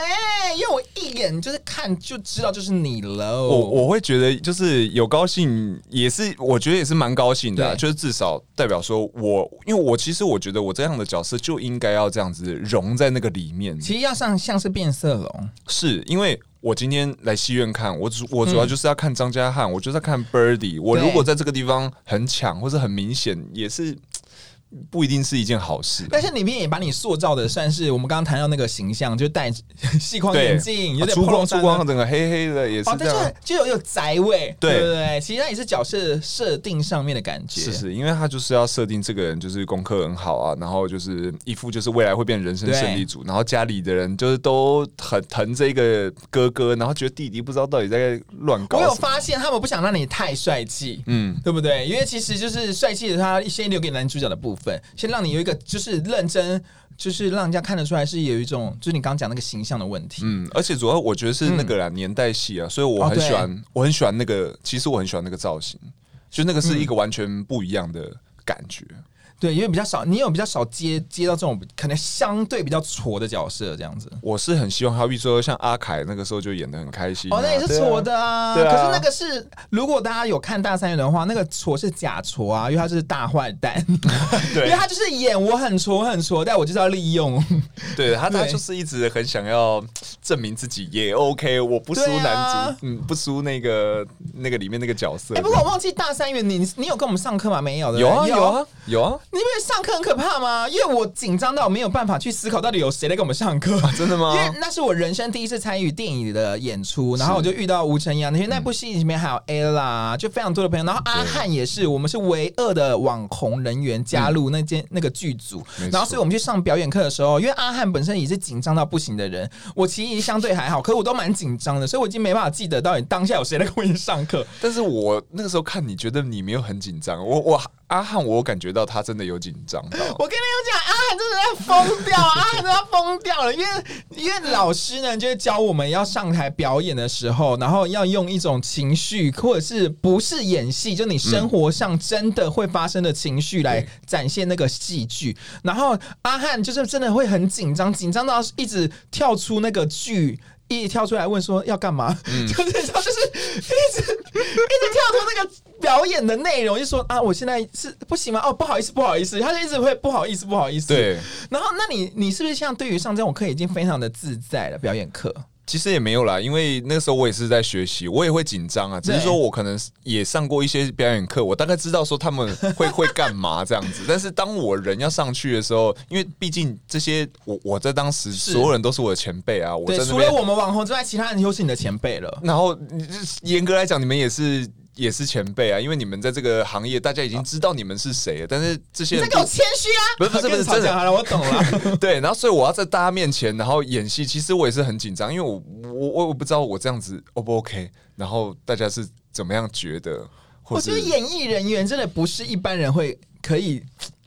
[SPEAKER 2] 因为我一眼就是看就知道就是你了。
[SPEAKER 3] 我我会觉得就是有高兴，也是我觉得也是蛮高兴的啊、
[SPEAKER 2] 对
[SPEAKER 3] 就是至少代表说我，因为我其实我觉得我这样的角色就应该要这样子融在那个里面，
[SPEAKER 2] 其实要上像是变色龙，
[SPEAKER 3] 是因为。我今天来戏院看，我主我主要就是要看张家汉，我就是要看 Birdy。我
[SPEAKER 2] 对
[SPEAKER 3] 如果在这个地方很抢或者很明显，也是不一定是一件好事啊。
[SPEAKER 2] 但是里面也把你塑造的算是我们刚刚谈到那个形象，就戴 细框
[SPEAKER 3] 对，啊
[SPEAKER 2] 眼镜，有点
[SPEAKER 3] 珠光
[SPEAKER 2] polo 衫
[SPEAKER 3] 珠
[SPEAKER 2] 的
[SPEAKER 3] 光，整个黑黑的也是
[SPEAKER 2] 哦，
[SPEAKER 3] 这
[SPEAKER 2] 但
[SPEAKER 3] 样。
[SPEAKER 2] 是就有有宅味，
[SPEAKER 3] 对
[SPEAKER 2] 对不对？其实那也是角色设定上面的感觉。
[SPEAKER 3] 是是，因为他就是要设定这个人就是功课很好啊，然后就是一副就是未来会变人生胜利组，然后家里的人就是都很疼这个哥哥，然后觉得弟弟不知道到底在乱搞
[SPEAKER 2] 我
[SPEAKER 3] 什么。
[SPEAKER 2] 有发现他们不想让你太帅气，
[SPEAKER 3] 嗯，
[SPEAKER 2] 对不对？因为其实就是帅气的他先留给男主角的部分，先让你有一个就是认真，就是让人家看得出来是有一种就是你刚刚讲那个形象的问题。
[SPEAKER 3] 嗯，而且主要我觉得是那个啦、年代戏啊，所以
[SPEAKER 2] 嗯
[SPEAKER 3] 我
[SPEAKER 2] 哦
[SPEAKER 3] 很
[SPEAKER 2] 对
[SPEAKER 3] 喜欢，我很喜欢那个，其实我很喜欢那个造型，就那个
[SPEAKER 2] 嗯
[SPEAKER 3] 是一个完全不一样的感觉。
[SPEAKER 2] 对，因为比较少，你有比较少接接到这种可能相对比较挫的角色这样子。
[SPEAKER 3] 我是很希望，好比说像阿凯那个时候就演的很开心啊、
[SPEAKER 2] 哦，那也是
[SPEAKER 3] 对啊
[SPEAKER 2] 挫的啊。
[SPEAKER 3] 对啊
[SPEAKER 2] 可是那个是，如果大家有看大三元的话，那个挫是假挫啊，因为他就是大坏蛋，因
[SPEAKER 3] 对
[SPEAKER 2] 为他就是演我很挫很挫，但我就是要利用。
[SPEAKER 3] 对他，他
[SPEAKER 2] 对
[SPEAKER 3] 就是一直很想要证明自己也 OK，我不输
[SPEAKER 2] 对啊
[SPEAKER 3] 男主，嗯，不输那个那个里面那个角色
[SPEAKER 2] 哎、。不过我忘记大三元，你你有跟我们上课吗？没有的，
[SPEAKER 3] 有啊
[SPEAKER 2] 对
[SPEAKER 3] 有。啊有啊，
[SPEAKER 2] 你不觉得上课很可怕吗？因为我紧张到没有办法去思考到底有谁在给我们上课。
[SPEAKER 3] 啊真的吗
[SPEAKER 2] 因？为那是我人生第一次参与电影的演出，然后我就遇到吴承阳，因
[SPEAKER 3] 嗯
[SPEAKER 2] 为那部戏里面还有 ella，就非常多的朋友，然后阿汉也是，我们是唯二的网红人员加入那间、那个剧组
[SPEAKER 3] 嗯没，错
[SPEAKER 2] 然后所以我们去上表演课的时候，因为阿汉本身也是紧张到不行的人，我其实相对还好，可我都蛮紧张的，所以我已经没办法记得到底当下有谁在跟我一起上课，
[SPEAKER 3] 但是我那个时候看你觉得你没有很紧张，我我阿汉我有感觉到他真的有紧张 到。
[SPEAKER 2] 我跟你讲，阿汉真的在疯掉，阿汉真的要疯掉了，因为因为老师呢就会教我们要上台表演的时候，然后要用一种情绪，或者是不是演戏，就你生活上真的会发生的情绪来展现那个戏剧。然后阿汉就是真的会很紧张，紧张到一直跳出那个剧。一直跳出来问说要干嘛， 就是他就是一直一直跳出那个表演的内容，就说啊，我现在是不行吗？哦，不好意思，不好意思，他就一直会不好意思，不好意思。
[SPEAKER 3] 对，
[SPEAKER 2] 然后那你你是不是像对于上这种课已经非常的自在了？表演课
[SPEAKER 3] 其实也没有啦，因为那时候我也是在学习，我也会紧张啊。只是
[SPEAKER 2] 对
[SPEAKER 3] 说我可能也上过一些表演课，我大概知道说他们会会干嘛这样子。但是当我人要上去的时候，因为毕竟这些我我在当时所有人都是我的前辈啊，我
[SPEAKER 2] 对，
[SPEAKER 3] 在那
[SPEAKER 2] 除了
[SPEAKER 3] 边。
[SPEAKER 2] 我们网红之外，其他人都是你的前辈了。
[SPEAKER 3] 然后你这严格来讲，你们也是也是前辈啊，因为你们在这个行业，大家已经知道你们是谁了。但是这些
[SPEAKER 2] 你
[SPEAKER 3] 人
[SPEAKER 2] 在给我谦虚啊！
[SPEAKER 3] 不是不是不是
[SPEAKER 2] 跟你吵
[SPEAKER 3] 真的
[SPEAKER 2] 架好了，我懂了。
[SPEAKER 3] 对，然后所以我要在大家面前，然后演戏，其实我也是很紧张，因为我我我我不知道我这样子 O 不 OK，然后大家是怎么样觉得，或
[SPEAKER 2] 我觉
[SPEAKER 3] 是
[SPEAKER 2] 得演艺人员真的不是一般人会可以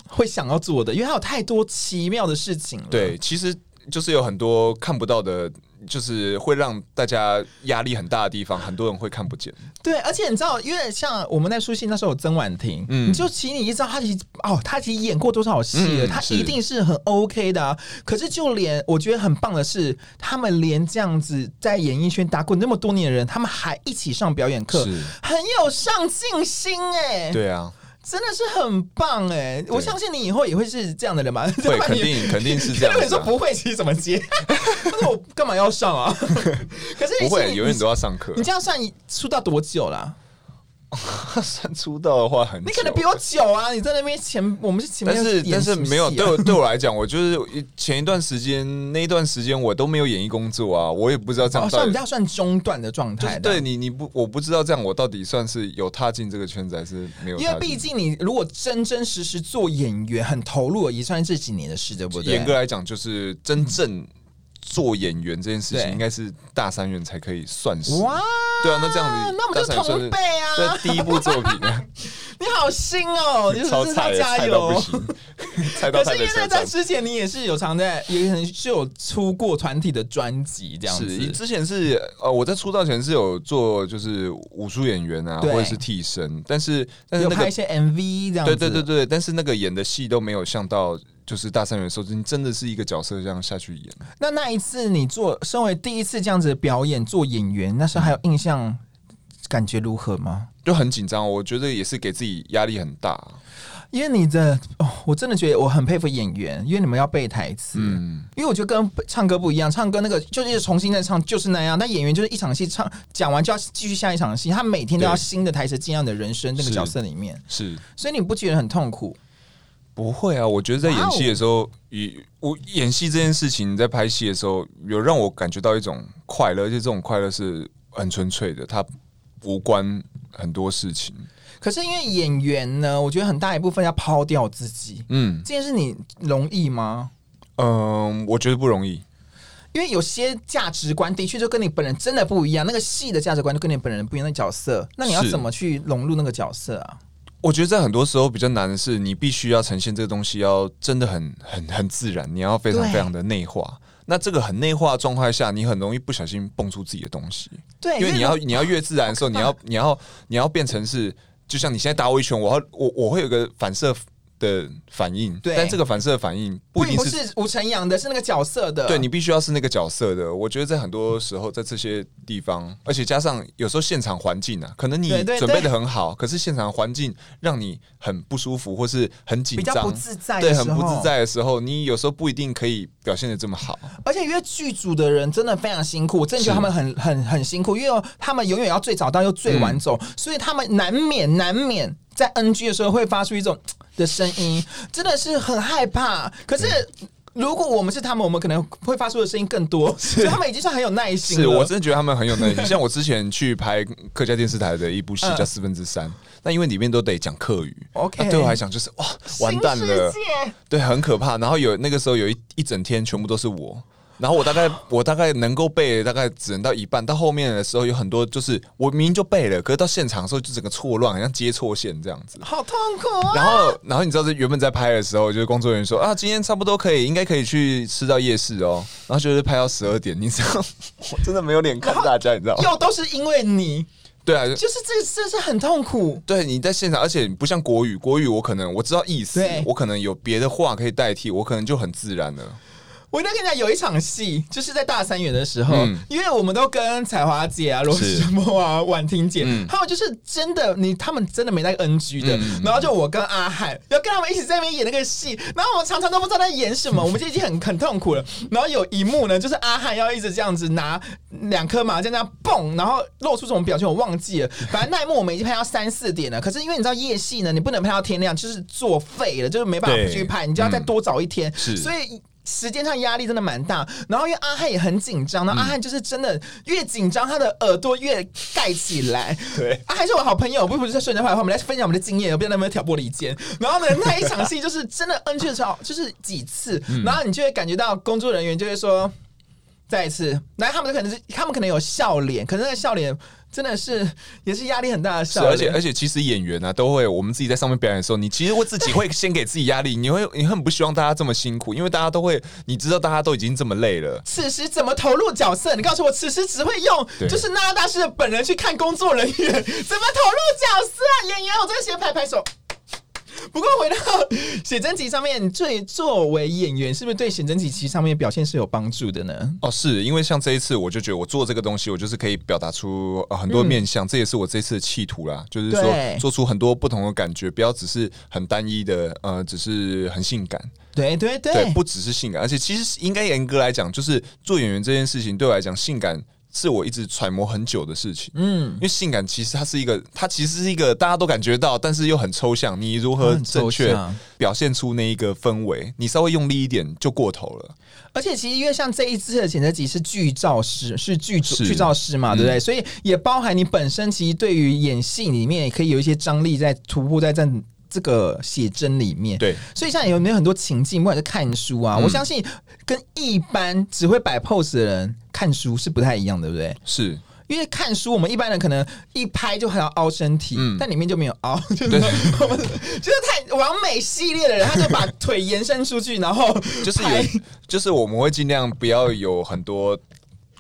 [SPEAKER 2] 会想要做的，因为他有太多奇妙的事情了。
[SPEAKER 3] 对，其实就是有很多看不到的，就是会让大家压力很大的地方，很多人会看不见。
[SPEAKER 2] 对，而且你知道，因为像我们在书信那时候有曾婉婷，
[SPEAKER 3] 嗯
[SPEAKER 2] 你就其实你一知道她其实哦，她其实演过多少戏了，
[SPEAKER 3] 嗯
[SPEAKER 2] 她
[SPEAKER 3] 是
[SPEAKER 2] 一定是很 OK 的、啊。可是就连我觉得很棒的是，他们连这样子在演艺圈打滚那么多年的人，他们还一起上表演课
[SPEAKER 3] 是，
[SPEAKER 2] 很有上进心哎、
[SPEAKER 3] 对啊，
[SPEAKER 2] 真的是很棒哎、我相信你以后也会是这样的人吧？
[SPEAKER 3] 会
[SPEAKER 2] 要不然
[SPEAKER 3] 肯
[SPEAKER 2] 你
[SPEAKER 3] 定肯定是这
[SPEAKER 2] 如果 你
[SPEAKER 3] 样子
[SPEAKER 2] 说
[SPEAKER 3] 啊、
[SPEAKER 2] 不会，其实怎么 接？那我干嘛要上啊？ 可是
[SPEAKER 3] 不
[SPEAKER 2] 你
[SPEAKER 3] 会，
[SPEAKER 2] 你
[SPEAKER 3] 永远都要上课
[SPEAKER 2] 你。 这样算你出道多久啊啦？
[SPEAKER 3] 算出道的话很久，
[SPEAKER 2] 你可能比我久啊！你在那边前，我们是前面
[SPEAKER 3] 但是
[SPEAKER 2] 演
[SPEAKER 3] 但
[SPEAKER 2] 什
[SPEAKER 3] 是
[SPEAKER 2] 么
[SPEAKER 3] 没有
[SPEAKER 2] 戏啊
[SPEAKER 3] 对我对我来讲，我就是前一段时间那一段时间我都没有演艺工作啊，我也不知道这样
[SPEAKER 2] 哦，
[SPEAKER 3] 到
[SPEAKER 2] 算
[SPEAKER 3] 底
[SPEAKER 2] 比较算中段的状
[SPEAKER 3] 就是
[SPEAKER 2] 态的。啊
[SPEAKER 3] 对你你不我不知道这样我到底算是有踏进这个圈子还是没有踏进，
[SPEAKER 2] 因为毕竟你如果真真实实做演员，很投入，也算是这几年的事，对不对？
[SPEAKER 3] 严格来讲就是真正做演员这件事情
[SPEAKER 2] 对
[SPEAKER 3] 应该是大三元才可以算是
[SPEAKER 2] 哇，
[SPEAKER 3] 对啊，那这样子
[SPEAKER 2] 那我们
[SPEAKER 3] 大
[SPEAKER 2] 就
[SPEAKER 3] 三元算是
[SPEAKER 2] 同辈啊！
[SPEAKER 3] 这第一部作品啊，
[SPEAKER 2] 你好新 哦，你
[SPEAKER 3] 超
[SPEAKER 2] 真的
[SPEAKER 3] 菜
[SPEAKER 2] 要
[SPEAKER 3] 的，
[SPEAKER 2] 加
[SPEAKER 3] 菜到不
[SPEAKER 2] 油！
[SPEAKER 3] 行，菜到
[SPEAKER 2] 可
[SPEAKER 3] 台
[SPEAKER 2] 是因为
[SPEAKER 3] 北车
[SPEAKER 2] 在在。
[SPEAKER 3] 站
[SPEAKER 2] 之前，你也是有常在，也可能是有出过团体的专辑这样子。
[SPEAKER 3] 是，之前是呃，我在出道前是有做就是武术演员啊，或
[SPEAKER 2] 对
[SPEAKER 3] 者是替身，但是但是
[SPEAKER 2] 有
[SPEAKER 3] 那
[SPEAKER 2] 拍
[SPEAKER 3] 个
[SPEAKER 2] 一些 MV 这样
[SPEAKER 3] 对
[SPEAKER 2] 子。
[SPEAKER 3] 对对对，但是那个演的戏都没有像到就是大三元的时候，你真的是一个角色这样下去演。
[SPEAKER 2] 那那一次你做，身为第一次这样子的表演做演员，那时候还有印象，感觉如何吗？
[SPEAKER 3] 就很紧张，我觉得也是给自己压力很大。
[SPEAKER 2] 因为你的哦，我真的觉得我很佩服演员，因为你们要背台词。
[SPEAKER 3] 嗯，
[SPEAKER 2] 因为我觉得跟唱歌不一样，唱歌那个就是重新再唱，就是那样。那演员就是一场戏唱讲完就要继续下一场戏，他每天都要
[SPEAKER 3] 对
[SPEAKER 2] 新的台词进到你的人生那个
[SPEAKER 3] 是
[SPEAKER 2] 角色里面，
[SPEAKER 3] 是
[SPEAKER 2] 所以你不觉得很痛苦？
[SPEAKER 3] 不会啊？我觉得在演戏的时候，以我演戏这件事情，在拍戏的时候，有让我感觉到一种快乐，而且这种快乐是很纯粹的，它无关很多事情。
[SPEAKER 2] 可是因为演员呢，我觉得很大一部分要抛掉自己，
[SPEAKER 3] 嗯
[SPEAKER 2] 这件事你容易吗？
[SPEAKER 3] 嗯、我觉得不容易。
[SPEAKER 2] 因为有些价值观的确就跟你本人真的不一样，那个戏的价值观就跟你本人不一样。那角色，那你要
[SPEAKER 3] 是
[SPEAKER 2] 怎么去融入那个角色啊？
[SPEAKER 3] 我觉得在很多时候比较难的是，你必须要呈现这个东西，要真的很很很自然，你要非常
[SPEAKER 2] 对
[SPEAKER 3] 非常的内化。那这个很内化的状态下，你很容易不小心蹦出自己的东西。
[SPEAKER 2] 对，
[SPEAKER 3] 因为你要你要越自然的时候，你要你要你要变成是，就像你现在打我一拳，我要我我会有个反射的反应，
[SPEAKER 2] 对
[SPEAKER 3] 但这个反射的反应不
[SPEAKER 2] 不
[SPEAKER 3] 一定
[SPEAKER 2] 不
[SPEAKER 3] 是。
[SPEAKER 2] 是吴承阳的，是那个角色的。
[SPEAKER 3] 对你必须要是那个角色的，我觉得在很多时候，在这些地方，而且加上有时候现场环境啊，可能你
[SPEAKER 2] 对对
[SPEAKER 3] 准备的很好，可是现场环境让你很不舒服，或是很紧
[SPEAKER 2] 比较不
[SPEAKER 3] 张，
[SPEAKER 2] 自在，
[SPEAKER 3] 对，很不自。在的时候，你有时候不一定可以表现的这么好。
[SPEAKER 2] 而且因为剧组的人真的非常辛苦，我真的觉得他们很很很辛苦，因为他们永远要最早到又最晚走，
[SPEAKER 3] 嗯
[SPEAKER 2] 所以他们难免难免在 NG 的时候会发出一种的声音，真的是很害怕。可是。
[SPEAKER 3] 嗯
[SPEAKER 2] 如果我们是他们，我们可能会发出的声音更多，所以他们已经算很有耐心了。
[SPEAKER 3] 是我真的觉得他们很有 耐心。像我之前去拍客家电视台的一部戏
[SPEAKER 2] 嗯
[SPEAKER 3] 叫《四分之三》，那因为里面都得讲客语啊
[SPEAKER 2] OK
[SPEAKER 3] 那对我来讲就是哇，完蛋了，对，很可怕。然后有那个时候有一一整天全部都是我。然后我 大概我大概能够背，大概只能到一半。到后面的时候有很多就是我明明就背了，可是到现场的时候就整个错乱，好像接错线这样子。
[SPEAKER 2] 好痛苦啊！
[SPEAKER 3] 然后，然后你知道，这原本在拍的时候，就是工作人员说啊，今天差不多可以，应该可以去吃到夜市哦。然后就是拍到十二点，你知道， 我真的没有脸看大家，你知道吗？
[SPEAKER 2] 又都是因为你，
[SPEAKER 3] 对啊，
[SPEAKER 2] 就是这这是很痛苦。
[SPEAKER 3] 对，你在现场，而且不像国语，国语我可能我知道意思
[SPEAKER 2] 对，
[SPEAKER 3] 我可能有别的话可以代替，我可能就很自然了。
[SPEAKER 2] 我一定要跟你讲，有一场戏就是在大三元的时候，
[SPEAKER 3] 嗯
[SPEAKER 2] 因为我们都跟彩华姐啊、罗
[SPEAKER 3] 是
[SPEAKER 2] 时墨啊、婉婷姐，
[SPEAKER 3] 嗯
[SPEAKER 2] 他们就是真的，你他们真的没那个 NG 的。
[SPEAKER 3] 嗯
[SPEAKER 2] 然后就我跟阿汉要跟他们一起在那边演那个戏，然后我常常都不知道在演 什么，我们就已经很很痛苦了。然后有一幕呢，就是阿汉要一直这样子拿两颗麻将这样蹦，然后露出什么表情我忘记了。反正那一幕我们已经拍到三四点了，可是因为你知道夜戏呢，你不能拍到天亮，就是作废了，就是没办法
[SPEAKER 3] 对
[SPEAKER 2] 继续拍，你就要再
[SPEAKER 3] 嗯
[SPEAKER 2] 多找一天。
[SPEAKER 3] 是
[SPEAKER 2] 所以。时间上压力真的蛮大，然后因为阿汉也很紧张，
[SPEAKER 3] 嗯
[SPEAKER 2] 然后阿汉就是真的越紧张，他的耳朵越盖起来。
[SPEAKER 3] 对，
[SPEAKER 2] 阿汉是我好朋友，不是不是在瞬间坏话，我们来分享我们的经验，不要在那边挑拨离间。然后呢，那一场戏就是真的 NG 的时候，就是几次，
[SPEAKER 3] 嗯
[SPEAKER 2] 然后你就会感觉到工作人员就会说。再一次，然后他们可能是他们可能有笑脸，可是那个笑脸真的是也是压力很大的
[SPEAKER 3] 是，
[SPEAKER 2] 笑脸，
[SPEAKER 3] 而且而且，其实演员啊，都会我们自己在上面表演的时候，你其实会自己会先给自己压力，你会你很不希望大家这么辛苦，因为大家都会，你知道大家都已经这么累了，
[SPEAKER 2] 此时怎么投入角色？你告诉我，此时只会用
[SPEAKER 3] 对
[SPEAKER 2] 就是娜娜大师的本人去看工作人员怎么投入角色、啊。演员，我真的先拍拍手。不过回到写真集上面，最作为演员，是不是对写真集其实上面表现是有帮助的呢？
[SPEAKER 3] 哦，是因为像这一次，我就觉得我做这个东西，我就是可以表达出、呃很多面向，这也是我这次的企图啦，就是
[SPEAKER 2] 对
[SPEAKER 3] 说做出很多不同的感觉，不要只是很单一的，呃，只是很性感，
[SPEAKER 2] 对对对，
[SPEAKER 3] 对，不只是性感，而且其实应该严格来讲，就是做演员这件事情对我来讲，性感是我一直揣摩很久的事情。嗯，因为性感其实它是一个，它其实是一个大家都感觉到，但是又很抽象。你如何
[SPEAKER 2] 很抽
[SPEAKER 3] 正确
[SPEAKER 2] 象
[SPEAKER 3] 表现出那一个氛围？你稍微用力一点就过头了。
[SPEAKER 2] 而且其实因为像这一次的剪辑集是剧照师，是剧
[SPEAKER 3] 是嗯
[SPEAKER 2] 剧照师嘛，对不对？所以也包含你本身其实对于演戏里面也可以有一些张力在突破在这这个写真里面。
[SPEAKER 3] 对，
[SPEAKER 2] 所以像有没有很多情境，不管是看书啊，
[SPEAKER 3] 嗯
[SPEAKER 2] 我相信跟一般只会摆 pose 的人看书是不太一样，对不对？
[SPEAKER 3] 是
[SPEAKER 2] 因为看书，我们一般人可能一拍就很要凹身体，
[SPEAKER 3] 嗯
[SPEAKER 2] 但里面就没有凹， 就是我们就是太完美系列的人，他就把腿延伸出去，然后
[SPEAKER 3] 就是有
[SPEAKER 2] 拍，
[SPEAKER 3] 就是我们会尽量不要有很多。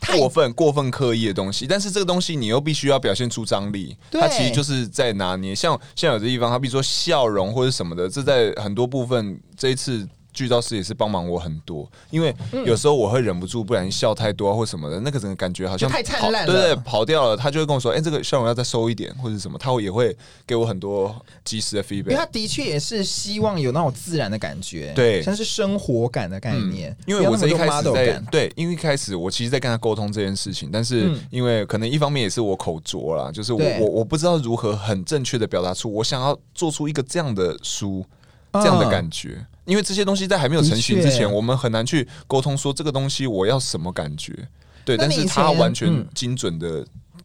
[SPEAKER 2] 太
[SPEAKER 3] 过分过分刻意的东西，但是这个东西你又必须要表现出张力，
[SPEAKER 2] 对
[SPEAKER 3] 它其实就是在拿捏。像像有的地方，它比如说笑容或者什么的，这在很多部分这一次剧照师也是帮忙我很多，因为
[SPEAKER 2] 嗯
[SPEAKER 3] 有时候我会忍不住不然笑太多啊或什么的，那个整个感觉好像
[SPEAKER 2] 就太灿
[SPEAKER 3] 跑
[SPEAKER 2] 烂了
[SPEAKER 3] 对对，跑掉了，他就会跟我说：“哎、这个笑容要再收一点，或者什么。”他会也会给我很多及时的
[SPEAKER 2] 因为
[SPEAKER 3] feedback
[SPEAKER 2] 他。的确也是希望有那种自然的感觉，
[SPEAKER 3] 对嗯
[SPEAKER 2] 像是生活感的概念，
[SPEAKER 3] 因为我
[SPEAKER 2] 不
[SPEAKER 3] 在一
[SPEAKER 2] 要那
[SPEAKER 3] 开
[SPEAKER 2] 么
[SPEAKER 3] 始
[SPEAKER 2] 多 model
[SPEAKER 3] 在
[SPEAKER 2] 感
[SPEAKER 3] 对，因为一开始我其实在跟他沟通这件事情，但是
[SPEAKER 2] 嗯
[SPEAKER 3] 因为可能一方面也是我口拙啦，就是我
[SPEAKER 2] 对
[SPEAKER 3] 我我不知道如何很正确的表达出我想要做出一个这样的书这样的感觉，因为这些东西在还没有成型之
[SPEAKER 2] 啊的确
[SPEAKER 3] 前，我们很难去沟通说这个东西我要什么感觉，对，
[SPEAKER 2] 那
[SPEAKER 3] 但
[SPEAKER 2] 你
[SPEAKER 3] 是
[SPEAKER 2] 以
[SPEAKER 3] 他
[SPEAKER 2] 前
[SPEAKER 3] 完全
[SPEAKER 2] 嗯
[SPEAKER 3] 精准的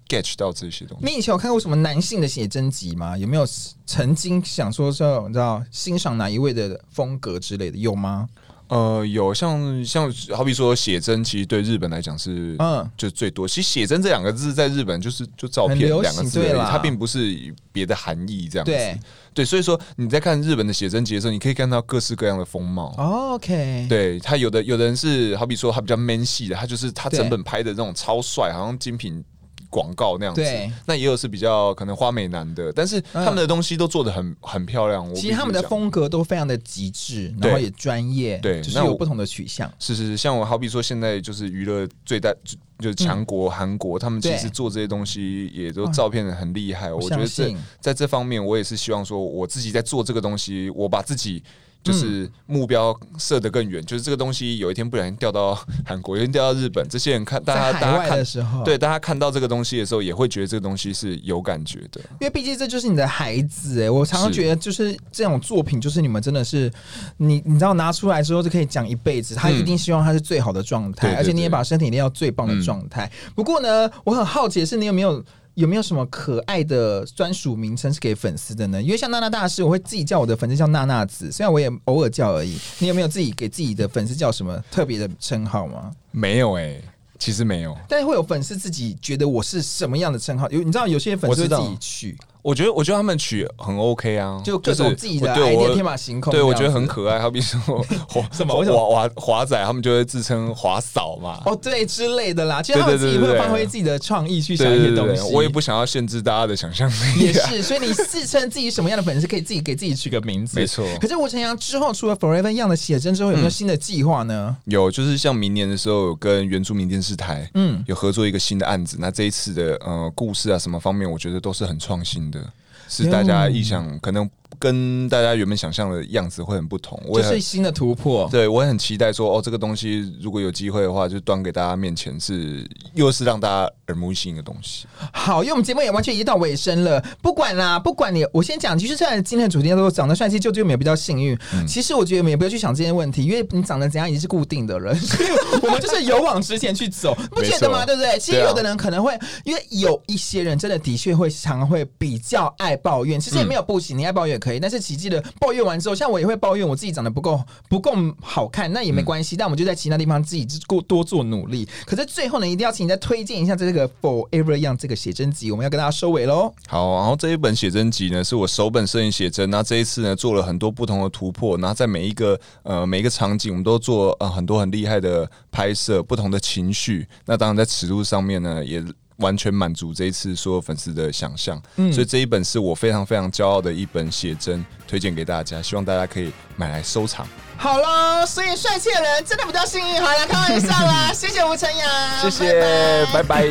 [SPEAKER 3] get 到这些东西。
[SPEAKER 2] 你以前有看过什么男性的写真集吗？有没有曾经想说说，你知道欣赏哪一位的风格之类的？有吗？
[SPEAKER 3] 呃，有像像好比说写真，其实对日本来讲是
[SPEAKER 2] 嗯
[SPEAKER 3] 就最多。其实写真这两个字在日本就是就照
[SPEAKER 2] 很
[SPEAKER 3] 片
[SPEAKER 2] 流行
[SPEAKER 3] 两个字而
[SPEAKER 2] 对
[SPEAKER 3] 已，
[SPEAKER 2] 啦
[SPEAKER 3] 它并不是别的含义这样子。
[SPEAKER 2] 对
[SPEAKER 3] 对所以说你在看日本的写真集的时候，你可以看到各式各样的风貌。
[SPEAKER 2] 哦，OK，
[SPEAKER 3] 对他有的有的人是好比说他比较 man 系的，他就是他
[SPEAKER 2] 对
[SPEAKER 3] 整本拍的那种超帅，好像精品广告那样子
[SPEAKER 2] 对。嗯
[SPEAKER 3] 那也有是比较可能花美男的，但是他们的东西都做的很很漂亮。我
[SPEAKER 2] 其
[SPEAKER 3] 必
[SPEAKER 2] 实
[SPEAKER 3] 须
[SPEAKER 2] 他们的
[SPEAKER 3] 讲
[SPEAKER 2] 风格都非常的极致，
[SPEAKER 3] 对
[SPEAKER 2] 然后也专业，
[SPEAKER 3] 对
[SPEAKER 2] 就是
[SPEAKER 3] 那我
[SPEAKER 2] 有不同的取向。
[SPEAKER 3] 是是是，像我好比说，现在就是娱乐最大就就是强国韩、国，他们其实
[SPEAKER 2] 嗯对嗯
[SPEAKER 3] 做这些东西也都照片得很厉害。我觉
[SPEAKER 2] 相
[SPEAKER 3] 得这
[SPEAKER 2] 信
[SPEAKER 3] 在这方面，我也是希望说，我自己在做这个东西，我把自己
[SPEAKER 2] 嗯
[SPEAKER 3] 就是目标设得更远，就是这个东西有一天不小心掉到韩国，有一天掉到日本，这些人看
[SPEAKER 2] 在
[SPEAKER 3] 大家大
[SPEAKER 2] 海
[SPEAKER 3] 家
[SPEAKER 2] 外的
[SPEAKER 3] 看。
[SPEAKER 2] 时候，
[SPEAKER 3] 对，，大家看到这个东西的时候，也会觉得这个东西是有感觉的。
[SPEAKER 2] 因为毕竟这就是你的孩子哎、我常常
[SPEAKER 3] 是
[SPEAKER 2] 觉得就是这种作品，就是你们真的是你，你知道拿出来之后就可以讲一辈子，他
[SPEAKER 3] 嗯
[SPEAKER 2] 一定希望他是最好的状态，
[SPEAKER 3] 对对
[SPEAKER 2] 而且你也
[SPEAKER 3] 对嗯
[SPEAKER 2] 把身体练到最棒的状态。不过呢，我很好奇的是，你有没有？有没有什么可爱的专属名称是给粉丝的呢？因为像娜娜大师，我会自己叫我的粉丝叫娜娜子，虽然我也偶尔叫而已。你有没有自己给自己的粉丝叫什么特别的称号吗？
[SPEAKER 3] 没有哎、其实没有。
[SPEAKER 2] 但是会有粉丝自己觉得我是什么样的称号？有你知道有些粉丝
[SPEAKER 3] 我
[SPEAKER 2] 会
[SPEAKER 3] 知道
[SPEAKER 2] 自己取，
[SPEAKER 3] 我觉得，我觉得他们曲很 OK 啊，
[SPEAKER 2] 就各
[SPEAKER 3] 是
[SPEAKER 2] 种自己的
[SPEAKER 3] 我对
[SPEAKER 2] idea
[SPEAKER 3] 我
[SPEAKER 2] 天马行空
[SPEAKER 3] 对我
[SPEAKER 2] 这样
[SPEAKER 3] 觉得
[SPEAKER 2] 子
[SPEAKER 3] 很可爱。好比说 华
[SPEAKER 2] 什么为什么
[SPEAKER 3] 华华华仔，他们就会自称华嫂嘛。
[SPEAKER 2] 哦，对之类的啦，其实他们
[SPEAKER 3] 对对
[SPEAKER 2] 自
[SPEAKER 3] 对
[SPEAKER 2] 己会
[SPEAKER 3] 对对
[SPEAKER 2] 发挥自己的创意 去想
[SPEAKER 3] 对
[SPEAKER 2] 一些
[SPEAKER 3] 对对
[SPEAKER 2] 东
[SPEAKER 3] 对，
[SPEAKER 2] 西。
[SPEAKER 3] 我也不想要限制大家的想象力、啊。
[SPEAKER 2] 也是，所以你自称自己什么样的粉丝，可以自己给自己取个名字。
[SPEAKER 3] 没错
[SPEAKER 2] 可是吴承阳之后，除了 Forever Young 的写真之后，有没有新的计划呢？
[SPEAKER 3] 有，就是像明年的时候，有跟原住民电视台，嗯，有合作一个新的案子。那这一次的呃故事啊，什么方面，我觉得都是很创新的，是
[SPEAKER 2] 啊
[SPEAKER 3] 大家意想可能跟大家原本想象的样子会很不同。我
[SPEAKER 2] 就
[SPEAKER 3] 也很
[SPEAKER 2] 是新的突破。
[SPEAKER 3] 对我也很期待说，哦，这个东西如果有机会的话，就端给大家面前是又是让大家耳目一新的东西。
[SPEAKER 2] 好，因为我们节目也完全已经到尾声了。不管啦，不管你，我先讲，其实虽然今天的主题叫做“长得帅气就就没有比较幸运”，
[SPEAKER 3] 嗯
[SPEAKER 2] 其实我觉得你们也不要去想这些问题，因为你长得怎样已经是固定的了，所以我们就是有往直前去 走，不觉得吗？
[SPEAKER 3] 没错
[SPEAKER 2] 对不对？其实
[SPEAKER 3] 对啊
[SPEAKER 2] 有的人可能会，因为有一些人真的的确会常会比较爱抱怨，其实也没有不行，你爱抱怨也可以，但是其实记得抱怨完之后，像我也会抱怨我自己长得不够不够好看，那也没关系，但我们就在其他地方自己过多做努力。可是最后呢，一定要请你再推荐一下这个 Forever Young 这个写真集，我们要跟大家收尾喽。
[SPEAKER 3] 好，然后这一本写真集呢，是我首本摄影写真。那这一次呢，做了很多不同的突破。然后在每一个呃每一个场景，我们都做呃很多很厉害的拍摄，不同的情绪。那当然在尺度上面呢，也完全满足这一次所有粉丝的想象。所以这一本是我非常非常骄傲的一本写真，推荐给大家，希望大家可以买来收藏。
[SPEAKER 2] 好喽，所以帅气的 人真的比较幸运，好了，开玩笑啦，谢谢吴晨阳，
[SPEAKER 3] 谢谢，拜拜